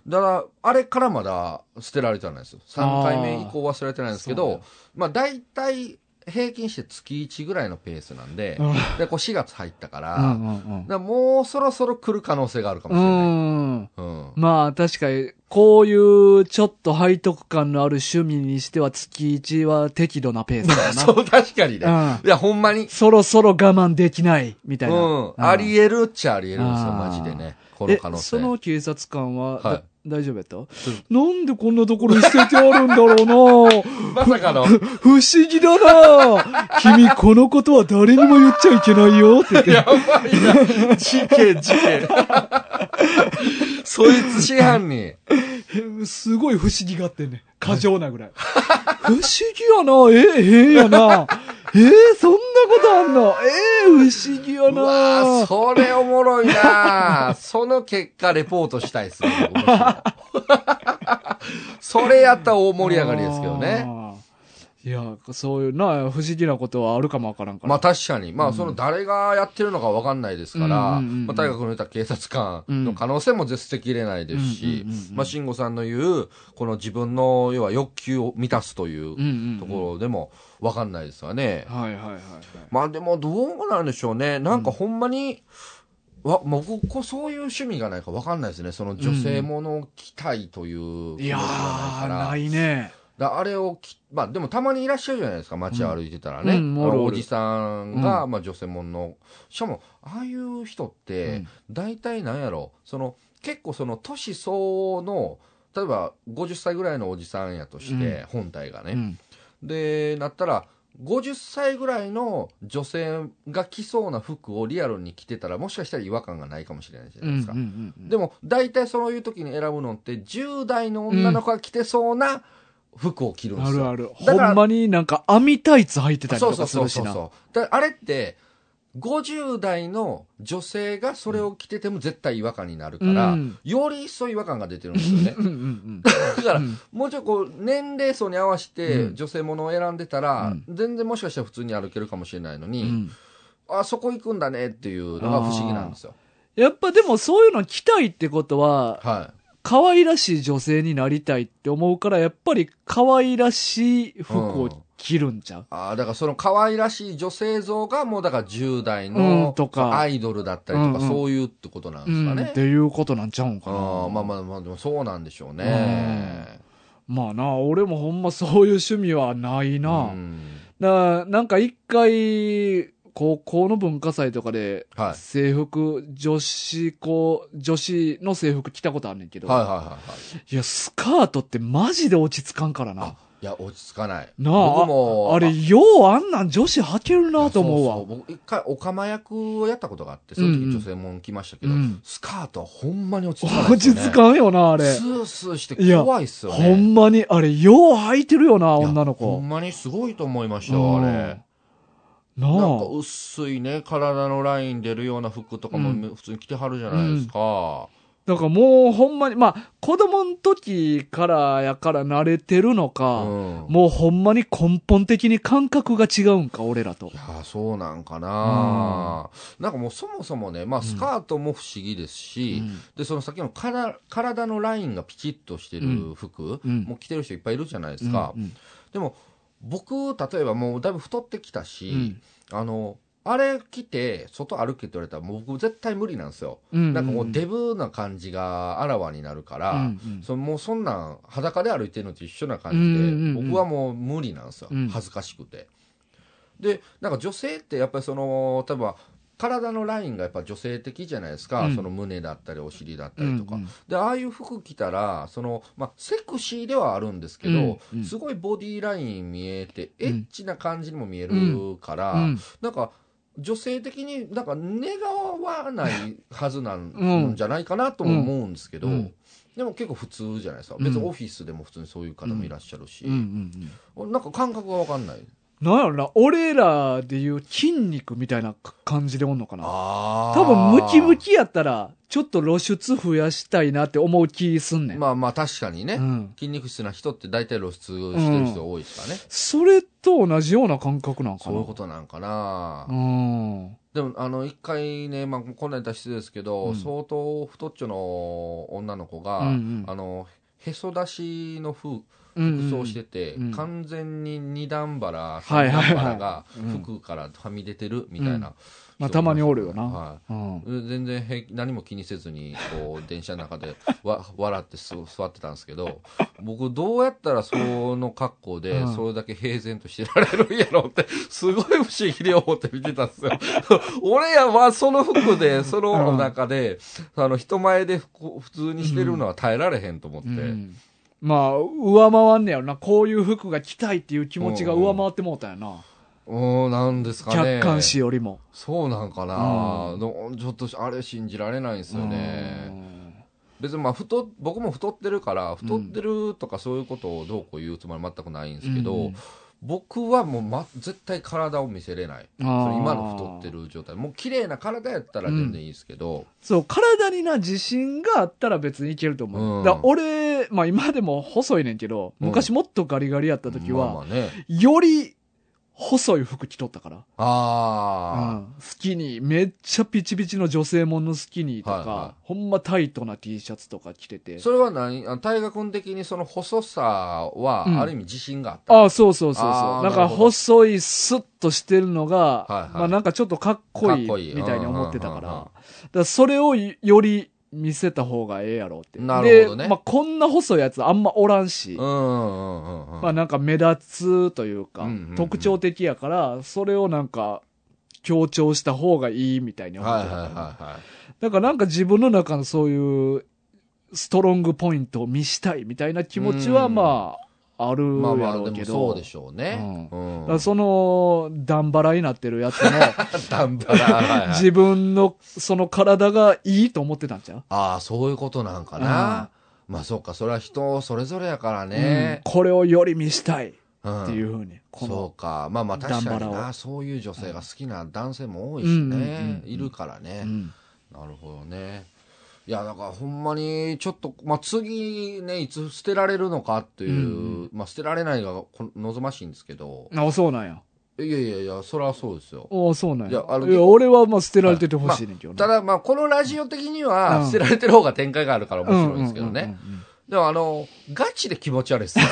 Speaker 2: だから、あれからまだ捨てられてはないですよ。3回目以降は捨てられてないんですけ
Speaker 1: あーそう
Speaker 2: ど
Speaker 1: なん、
Speaker 2: まあ、大体、平均して月1ぐらいのペースなんで、で、こう4月入ったか
Speaker 1: う
Speaker 2: ら、だか
Speaker 1: んうん
Speaker 2: らもうそろそろ来る可能性があるかも
Speaker 1: う
Speaker 2: しれない。
Speaker 1: ん。うん。
Speaker 2: うん。
Speaker 1: まあ確かに、こういうちょっと背徳感のある趣味にしては月1は適度なペースだ
Speaker 2: そ
Speaker 1: な。
Speaker 2: う、確かにね。
Speaker 1: う
Speaker 2: いや、ほんまに。
Speaker 1: そろそろ我慢できない、みた
Speaker 2: う
Speaker 1: いな。
Speaker 2: ん。あり得るっちゃあり得るんですよ、
Speaker 1: あー
Speaker 2: マジでね。この可能
Speaker 1: え、
Speaker 2: 性。
Speaker 1: その警察官は、だ
Speaker 2: はい
Speaker 1: 大丈夫やった、なんでこんなところに捨ててあるんだろうな
Speaker 2: まさ かの。
Speaker 1: 不思議だな君、このことは誰にも言っちゃいけないよって言って。
Speaker 2: やばいな。事件、事 件。そいつ真犯人。
Speaker 1: へすごい不思議があってね。過剰なぐらい。不思議やなえ、へんやなえー、そんなことあんのえー、不思議や
Speaker 2: うわ
Speaker 1: な
Speaker 2: ーそれおもろ いなその結果、レポートしたいっすね。僕もしもそれやったら大盛り上がりですけどね。
Speaker 1: あー。いや、そういうな、不思議なことはあるかもわからんから。
Speaker 2: まあ確かに。まあその誰がやってるのかわかんないですから、
Speaker 1: うんうんうんうん
Speaker 2: まあ大学の言った警察官の可能性も絶対切れないですし
Speaker 1: うんうんうんう、ん
Speaker 2: まあ慎吾さんの言う、この自分の要は欲求を満たすという
Speaker 1: うんうんうん
Speaker 2: ところでもわかんないですわね。
Speaker 1: はいはいはいはい。
Speaker 2: まあでもどうなんでしょうね。なんかほんまに、わ、もう僕、こうそういう趣味がないかわかんないですね。その女性ものを着たいという。
Speaker 1: いやー、な
Speaker 2: ない
Speaker 1: いね。
Speaker 2: だあれを着、まあでもたまにいらっしゃるじゃないですか。街歩いてたらね。
Speaker 1: うんうんおるおる
Speaker 2: おじさんが、まあ女性もの。しかも、ああいう人って、大体なんやろ、その、結構その年相応の、例えば50歳ぐらいのおじさんやとして、本体がね。
Speaker 1: うん。
Speaker 2: で、なったら、50歳ぐらいの女性が着そうな服をリアルに着てたら、もしかしたら違和感がないかもしれないじゃ
Speaker 1: う
Speaker 2: ない
Speaker 1: ん。
Speaker 2: ですか。
Speaker 1: うんうん
Speaker 2: でも、大体そういう時に選ぶのって、10代の女の子が着てそうな服を着るんで
Speaker 1: あ
Speaker 2: すよ。
Speaker 1: るある。
Speaker 2: だ
Speaker 1: ほ
Speaker 2: から
Speaker 1: んまになんか網タイツ履いてたり
Speaker 2: そう
Speaker 1: と
Speaker 2: そう
Speaker 1: かす
Speaker 2: そう
Speaker 1: るし
Speaker 2: そう
Speaker 1: な。
Speaker 2: そう。だあれって、50代の女性がそれを着てても絶対違和感になるから、
Speaker 1: うん
Speaker 2: より一層違和感が出てるんですよね
Speaker 1: う。んうん
Speaker 2: だから、
Speaker 1: うん
Speaker 2: もうちょいこう、年齢層に合わせて
Speaker 1: うん
Speaker 2: 女性ものを選んでた
Speaker 1: う
Speaker 2: ら、
Speaker 1: ん
Speaker 2: 全然もしかしたら普通に歩けるかもしれないの
Speaker 1: う
Speaker 2: に、
Speaker 1: ん。うん
Speaker 2: あそこ行くんだねっていうのが不思議なんですよ。
Speaker 1: やっぱでもそういうの来たいってことは、
Speaker 2: は
Speaker 1: 可愛らしい女性になりたいって思うから、やっぱり可愛らしい服を着るんちゃう
Speaker 2: い。、ああ、だからその可愛らしい女性像がもうだから10代
Speaker 1: う
Speaker 2: の
Speaker 1: んとか
Speaker 2: アイドルだったりとか
Speaker 1: うんうん
Speaker 2: そういうってことなんで
Speaker 1: う
Speaker 2: すか
Speaker 1: ん、
Speaker 2: ね
Speaker 1: っ。ていうことなんちゃうんかな。
Speaker 2: あーまあまあまあ、でもそうなんでしょうね。
Speaker 1: まあな、俺もほんまそういう趣味はないな。
Speaker 2: うん
Speaker 1: ななんか一回、高校の文化祭とかで、
Speaker 2: はい。
Speaker 1: 制服、女子校、女子の制服着たことあんねんけど、
Speaker 2: はいはいはいはい。
Speaker 1: い、や、スカートってマジで落ち着かんからな
Speaker 2: あ。、いや、落ち着かない。
Speaker 1: なあ
Speaker 2: 僕も、
Speaker 1: あれ、ようあんなん女子履ける
Speaker 2: い
Speaker 1: な
Speaker 2: や
Speaker 1: と思うわ。
Speaker 2: そそう僕、一回、オカマ役をやったことがあって、その時
Speaker 1: うんうん
Speaker 2: 女性もん来ましたけど、
Speaker 1: うん
Speaker 2: スカートはほんまに落ち着かない
Speaker 1: 落
Speaker 2: です
Speaker 1: ち
Speaker 2: よ、ね。
Speaker 1: 着かんよな、あ
Speaker 2: あ
Speaker 1: れ
Speaker 2: ス。ースーして
Speaker 1: いや
Speaker 2: 怖いっすよね。
Speaker 1: ほんまに、あれ、よう履いてるよな、
Speaker 2: いや
Speaker 1: 女の
Speaker 2: ほ
Speaker 1: 子。
Speaker 2: んまにすごいと思いまし
Speaker 1: う
Speaker 2: た
Speaker 1: ん
Speaker 2: わ、あれ。
Speaker 1: な
Speaker 2: なんか
Speaker 1: あ。
Speaker 2: 薄いね、体のライン出るような服とかも普通に着てはるじゃないですか。
Speaker 1: だからもうほんまに、まあ、子供の時からやから慣れてるの
Speaker 2: う
Speaker 1: か、
Speaker 2: ん。
Speaker 1: もうほんまに根本的に感覚が違うんか、俺らと
Speaker 2: い。や、そうなんかな、なんかもうそもそもね、まあスカートも不思議ですし、で、その先のから体のラインがピチッとしてる服、
Speaker 1: うん
Speaker 2: もう着てる人いっぱいいるじゃないで
Speaker 1: うん
Speaker 2: すか。
Speaker 1: うん
Speaker 2: でも、僕、例えばもうだいぶ太ってきた
Speaker 1: う
Speaker 2: し
Speaker 1: ん、
Speaker 2: あの、あれ着て、外歩けって言われたら、もう僕絶対無理なんですよ。
Speaker 1: うん
Speaker 2: なんかもうデブな感じがあらわになるから、
Speaker 1: うんうん
Speaker 2: そのもうそんなん裸で歩いてるのと一緒な感
Speaker 1: うんうんうん
Speaker 2: じで、僕はもう無理なんですよ
Speaker 1: うん。
Speaker 2: 恥ずかしくて。で、なんか女性ってやっぱりその、例えば、体のラインがやっぱ女性的じゃないですか、
Speaker 1: うん
Speaker 2: その胸だったりお尻だったりとか、
Speaker 1: うんうん
Speaker 2: でああいう服着たらその、まあ、セクシーではあるんですけ
Speaker 1: うん
Speaker 2: ど、
Speaker 1: うん
Speaker 2: すごいボディーライン見え
Speaker 1: う
Speaker 2: て、
Speaker 1: ん
Speaker 2: エッチな感じにも見えるから、
Speaker 1: うん
Speaker 2: なんか女性的になんか願わないはずなん
Speaker 1: うん
Speaker 2: うんじゃないかなとも思うんですけど、
Speaker 1: うん
Speaker 2: でも結構普通じゃないですか、
Speaker 1: うん
Speaker 2: 別にオフィスでも普通にそういう方もいらっしゃるし
Speaker 1: うんう、ん
Speaker 2: なんか感覚が分かんない。
Speaker 1: うんなんやろな、俺らでいう筋肉みたいな感じでおんのかな。
Speaker 2: あ
Speaker 1: 多分ムキムキやったら、ちょっと露出増やしたいなって思う気すんねん。
Speaker 2: まあまあ確かにね、
Speaker 1: うん
Speaker 2: 筋肉質な人って大体露出してる人が多いですからね、
Speaker 1: それと同じような感覚なんかな。
Speaker 2: そういうことなんかな、
Speaker 1: うん。
Speaker 2: でも、あの、一回ね、まあ、こんなん言ったら失礼ですけど、
Speaker 1: うん
Speaker 2: 相当太っちょの女の子が、
Speaker 1: うんうん
Speaker 2: あの、へそ出しの服
Speaker 1: 服
Speaker 2: 服装してて、
Speaker 1: うん
Speaker 2: 完全に二段腹、
Speaker 1: はいは
Speaker 2: 三段
Speaker 1: いはい
Speaker 2: 腹が
Speaker 1: うん
Speaker 2: 服からはみ出てるみたいな、
Speaker 1: うんまあ、たまにおるよな。
Speaker 2: は
Speaker 1: うん
Speaker 2: い。全然平気何も気にせずに、こう、電車の中でわ笑ってす座ってたんですけど、僕どうやったらその格好で
Speaker 1: う、ん
Speaker 2: それだけ平然としてられるんやろうって、すごい不思議に思って見てたんですよ。俺やはその服で、その中で、あの、人前でこう普通にしてるのは耐えられへんと思って。
Speaker 1: うんまあ、上回んねやろな。こういう服が着たいっていう気持ちが上回ってもうたんやな。
Speaker 2: うん、なんですか
Speaker 1: 客
Speaker 2: ね。
Speaker 1: 観視よりも。
Speaker 2: そうなんかな、どちょっとあれ信じられないんですよ
Speaker 1: う
Speaker 2: ね、
Speaker 1: ん
Speaker 2: 別にまあ太っ僕も太ってるから太ってるとかそういうことをどうこう言うつもりは全くないんですけど、
Speaker 1: うん
Speaker 2: 僕はもう、ま、絶対体を見せれない
Speaker 1: あ
Speaker 2: そ
Speaker 1: ー
Speaker 2: れ今の太ってる状態もう綺麗な体やったら全然いいですけど、
Speaker 1: そう、体にな自信があったら別にいけると思う。
Speaker 2: うん
Speaker 1: だから俺、まあ今でも細いねんけど、
Speaker 2: うん
Speaker 1: 昔もっとガリガリやった時
Speaker 2: ま
Speaker 1: は、
Speaker 2: あまあ ね
Speaker 1: より細い服着とったから。う
Speaker 2: あ
Speaker 1: んスキニー、めっちゃピチピチの女性もんのスキニーとか、
Speaker 2: はいは
Speaker 1: ほんまタイトな T シャツとか着てて
Speaker 2: あ。それは何あ大学的にその細さ
Speaker 1: うん
Speaker 2: はある意味自信があった、
Speaker 1: ああ、そうそうそうそう。
Speaker 2: あー
Speaker 1: なん
Speaker 2: な
Speaker 1: か
Speaker 2: るほど
Speaker 1: 細いスッとしてるのが、
Speaker 2: はいはい
Speaker 1: まあなんかちょっとかっこい
Speaker 2: かっこい
Speaker 1: い
Speaker 2: い
Speaker 1: みたいに思ってたから、
Speaker 2: うんうんうん
Speaker 1: だ
Speaker 2: うん
Speaker 1: からそれをより見せた方がええやろうって。
Speaker 2: なるほどね
Speaker 1: で、まあこんな細いやつあんまおらんし、
Speaker 2: うんうんうんうん、
Speaker 1: まあなんか目立つというか、
Speaker 2: うんうんうん
Speaker 1: 特徴的やから、それをなんか強調した方がいいみたいに思っ
Speaker 2: はい
Speaker 1: て
Speaker 2: は
Speaker 1: たか
Speaker 2: い
Speaker 1: ら。
Speaker 2: はいはい
Speaker 1: だからなんか自分の中のそういうストロングポイントを見したいみたいな気持ちは
Speaker 2: うん
Speaker 1: まあ、ある
Speaker 2: まあま
Speaker 1: や
Speaker 2: あ
Speaker 1: ろ
Speaker 2: で
Speaker 1: う
Speaker 2: も
Speaker 1: けど。
Speaker 2: そうでしょうね、
Speaker 1: う
Speaker 2: うん
Speaker 1: だからその、ダンバラになってるやつ も、
Speaker 2: ダンバラ。はいはい
Speaker 1: 自分の、その体がいいと思ってたんちゃう
Speaker 2: ああ、そういうことなんかな。まあそうか、それは人それぞれやから
Speaker 1: うん
Speaker 2: ね。
Speaker 1: これをより見したいっ
Speaker 2: うん
Speaker 1: ていうふうに。この
Speaker 2: そうか。まあまあ確か
Speaker 1: ダンバ
Speaker 2: に
Speaker 1: ラを
Speaker 2: な、そういう女性が好きな男性も多いし
Speaker 1: うんうんうん
Speaker 2: ね。
Speaker 1: うん
Speaker 2: いるからね
Speaker 1: う。ん
Speaker 2: なるほどね。いや、だからほんまに、ちょっと、まあ次ね、いつ捨てられるのかっていう、
Speaker 1: うん
Speaker 2: まあ捨てられないがこ望ましいんですけど、
Speaker 1: あ、そうなんや。
Speaker 2: いやいやいや、そりゃそうですよ。
Speaker 1: ああ、そうなん
Speaker 2: いや
Speaker 1: や。
Speaker 2: あの
Speaker 1: いや、俺はまあ捨てられててほしいねんけど
Speaker 2: た
Speaker 1: だ、
Speaker 2: だ、まあ、このラジオ的に
Speaker 1: う
Speaker 2: は、
Speaker 1: ん
Speaker 2: 捨てられてる方が展開があるから面白いですけど
Speaker 1: うんうん
Speaker 2: ね。
Speaker 1: うんうんうん。
Speaker 2: でも、あの、ガチで気持ち悪い ですよ。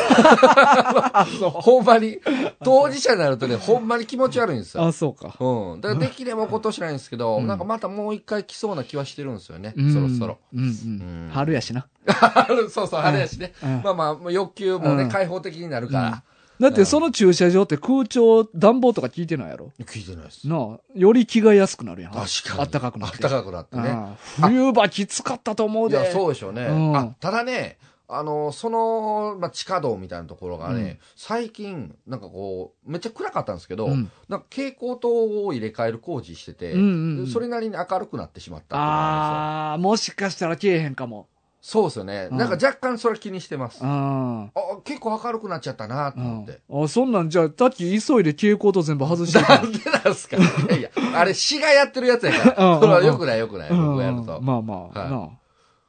Speaker 2: ほんまに。当事者になるとね、ほんまに気持ち悪いんですよ。
Speaker 1: あ、そうか。
Speaker 2: うん。だから、できれば今年ないんですけど、
Speaker 1: うん
Speaker 2: なんかまたもう一回来そうな気はしてるんですよね。
Speaker 1: うん
Speaker 2: そろそろ。。
Speaker 1: うんう
Speaker 2: うん
Speaker 1: ん。春やしな。
Speaker 2: 春そうそう、あれやしね。
Speaker 1: うん
Speaker 2: まあまあ、欲求も
Speaker 1: う
Speaker 2: ね、
Speaker 1: ん
Speaker 2: 開放的になるか
Speaker 1: だってその駐車場って空調、暖房とか効いてないやろ。
Speaker 2: ら。聞いてないです。
Speaker 1: なあ、より気が安くなるやん。
Speaker 2: 確かに。
Speaker 1: あったかくなって。
Speaker 2: あったかくなってね。
Speaker 1: ああ冬場きつかったと思う
Speaker 2: い
Speaker 1: で。
Speaker 2: や、そうでしょうね。
Speaker 1: うん
Speaker 2: あ、ただね、あの、その、まあ、地下道みたいなところがね、
Speaker 1: うん
Speaker 2: 最近、なんかこう、めっちゃ暗かったんですけど、
Speaker 1: うん
Speaker 2: なんか蛍光灯を入れ替える工事してて、
Speaker 1: うんうんうん
Speaker 2: それなりに明るくなってしまったっていうのがあるんで
Speaker 1: ああ、もしかしたら消えへんかも。
Speaker 2: すよそうですよね。
Speaker 1: うん
Speaker 2: なんか若干それ気にしてます。
Speaker 1: う
Speaker 2: あ
Speaker 1: ん。うん
Speaker 2: 結構明るくなっちゃったなと思って。
Speaker 1: あ、そんなんじゃあ、さっき急いで蛍光灯全部外してた
Speaker 2: なんでなんすかいやいや、あれ、詩がやってるやつやか
Speaker 1: うんうんう
Speaker 2: ら、
Speaker 1: ん
Speaker 2: それは良くない良くない、
Speaker 1: うん
Speaker 2: 僕がやると。
Speaker 1: まあまあ、
Speaker 2: はい
Speaker 1: なあ。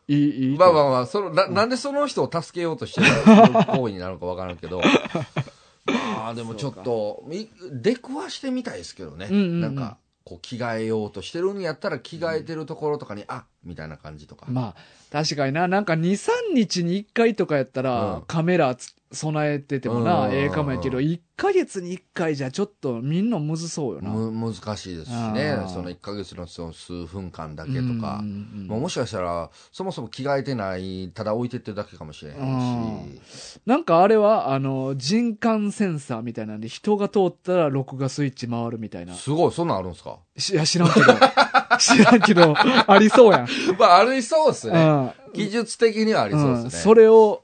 Speaker 1: いい、いい。
Speaker 2: まあまあまあ、そのななんでその人を助けようとしてる行為になるのかわからんけ ど、まあでもちょっと、み出くわしてみたいですけどね、
Speaker 1: うんうんうん
Speaker 2: なんかこう着替えようとしてるんやったら、着替えてるところとかに、あみたいな感じとか、
Speaker 1: まあ、確かにな、なんか2、3日に1回とかやったら、
Speaker 2: うん
Speaker 1: カメラつ備えてても
Speaker 2: うんうん
Speaker 1: な、
Speaker 2: うんうん
Speaker 1: ええかもやけど、1ヶ月に1回じゃちょっとみんなむずそうよな。
Speaker 2: む難しいですしね
Speaker 1: あ、ー
Speaker 2: その1ヶ月のその数分間だ
Speaker 1: うん
Speaker 2: け
Speaker 1: う
Speaker 2: と
Speaker 1: んうん
Speaker 2: か、まあ、もしかしたら、そもそも着替えてない、ただ置いてってるだけかもしれへんし、
Speaker 1: なんかあれは、あの、人感センサーみたいなんで、人が通ったら録画スイッチ回るみたいな。
Speaker 2: すごい、そんなんあるんですか
Speaker 1: しいや、知らんけど。知らんけど、ありそうやん。
Speaker 2: まあ、あり そうです
Speaker 1: う
Speaker 2: ね。
Speaker 1: ん
Speaker 2: 技術的にはありそうですね。
Speaker 1: んそれを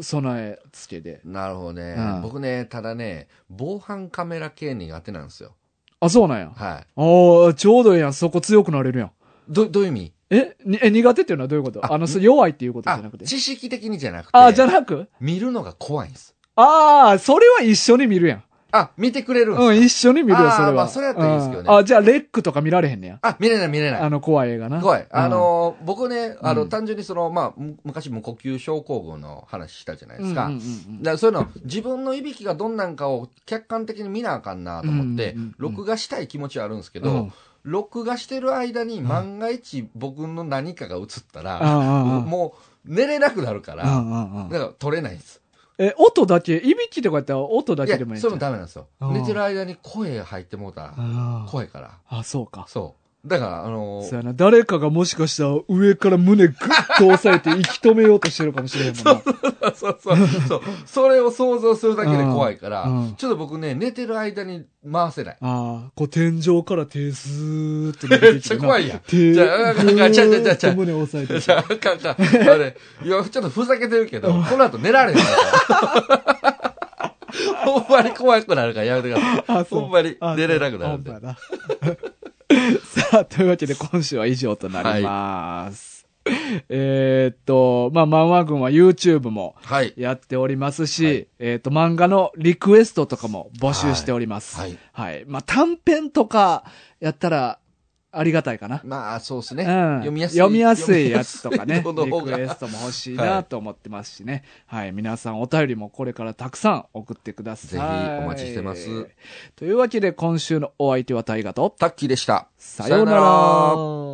Speaker 1: 備え付けで。
Speaker 2: なるほどね、
Speaker 1: うん
Speaker 2: 僕ね、ただね、防犯カメラ系苦手なんですよ。
Speaker 1: あ、そうなんや。
Speaker 2: はい。
Speaker 1: ああ、ちょうどいいやん。そこ強くなれるやん。
Speaker 2: ど、どういう意味
Speaker 1: え、にえ苦手っていうのはどういうこと
Speaker 2: あ
Speaker 1: あの、そ弱いっていうことじゃ
Speaker 2: あ
Speaker 1: なくて、。
Speaker 2: 知識的にじゃなくて、
Speaker 1: あ、じゃなく
Speaker 2: 見るのが怖いんです。
Speaker 1: ああ、それは一緒に見るやん。
Speaker 2: あ、見てくれるんですか、
Speaker 1: うん、一緒に見るよ、
Speaker 2: あー
Speaker 1: それは。
Speaker 2: まあそれやったらいいですけどね
Speaker 1: うんあ、じゃあ、レックとか見られへんねや。
Speaker 2: あ、見れない見れな
Speaker 1: あ
Speaker 2: い。
Speaker 1: の、怖い映画な。
Speaker 2: 怖い。
Speaker 1: うん
Speaker 2: あ、のー僕ね、あ
Speaker 1: う
Speaker 2: の、
Speaker 1: ん
Speaker 2: 単純にその、まあ、む昔無呼吸症候群の話したじゃないです
Speaker 1: う
Speaker 2: か。
Speaker 1: んうんうん
Speaker 2: だからそういうの、自分のいびきがどんなんかを客観的に見なあかんなと思って、
Speaker 1: うんうんうんうん
Speaker 2: 録画したい気持ちはあるんですけ
Speaker 1: う
Speaker 2: ど、
Speaker 1: んうん
Speaker 2: 録画してる間に万が一僕の何かが映ったら、
Speaker 1: あー
Speaker 2: もう寝れなくなるか
Speaker 1: あーあー
Speaker 2: ら、
Speaker 1: うんうんうん
Speaker 2: だから取れないんです。
Speaker 1: え、音だけ、いびきとかやったら音だ
Speaker 2: い
Speaker 1: け
Speaker 2: や
Speaker 1: でもいいん
Speaker 2: そ
Speaker 1: ちゃ
Speaker 2: れも
Speaker 1: う
Speaker 2: ダメなんですよ。
Speaker 1: うん
Speaker 2: 寝てる間に声入ってもうたら、
Speaker 1: あー
Speaker 2: 怖いから。
Speaker 1: あ、そうか。
Speaker 2: そう。だから、あの
Speaker 1: そう
Speaker 2: ー
Speaker 1: やな。誰かがもしかしたら上から胸グッと押さえて息止めようとしてるかもしれへんもんな。
Speaker 2: そうそうそう。それを想像するだけで怖いから
Speaker 1: うんうん、
Speaker 2: ちょっと僕ね、寝てる間に回せない。
Speaker 1: ああ、こう天井から手スーって伸びてきて
Speaker 2: めっちゃ怖いやん
Speaker 1: 手、
Speaker 2: じゃああかんあかんちゃうちゃうちゃうちゃう
Speaker 1: 胸を押さえ
Speaker 2: じゃ
Speaker 1: て。
Speaker 2: あ、かんかん。あれ、いや、ちょっとふざけてるけど、この後寝られへんから。 ほんまに怖くなるからやめてください。
Speaker 1: あ
Speaker 2: ほんまに
Speaker 1: あ
Speaker 2: 寝れなくなるんで
Speaker 1: そうほんまやなさあ、というわけで今週は以上となります。えーっと、まあ、漫画軍は YouTube も
Speaker 2: はい。
Speaker 1: やっておりますし、
Speaker 2: はい
Speaker 1: えーっと、漫画のリクエストとかも募集しております。
Speaker 2: はい。
Speaker 1: はい。まあ、短編とかやったらありがたいかな。
Speaker 2: まあ、そうですね。
Speaker 1: うん
Speaker 2: 読みやすい。
Speaker 1: 読みやすいやつとか ね、リ
Speaker 2: 読みやすいのの方が
Speaker 1: クエストも欲しいなと思ってますしね。はい、皆さんお便りもこれからたくさん送ってください。
Speaker 2: ぜひお待ちしてます。
Speaker 1: というわけで今週のお相手は大河と、
Speaker 2: タッキーでした。
Speaker 1: さようなら。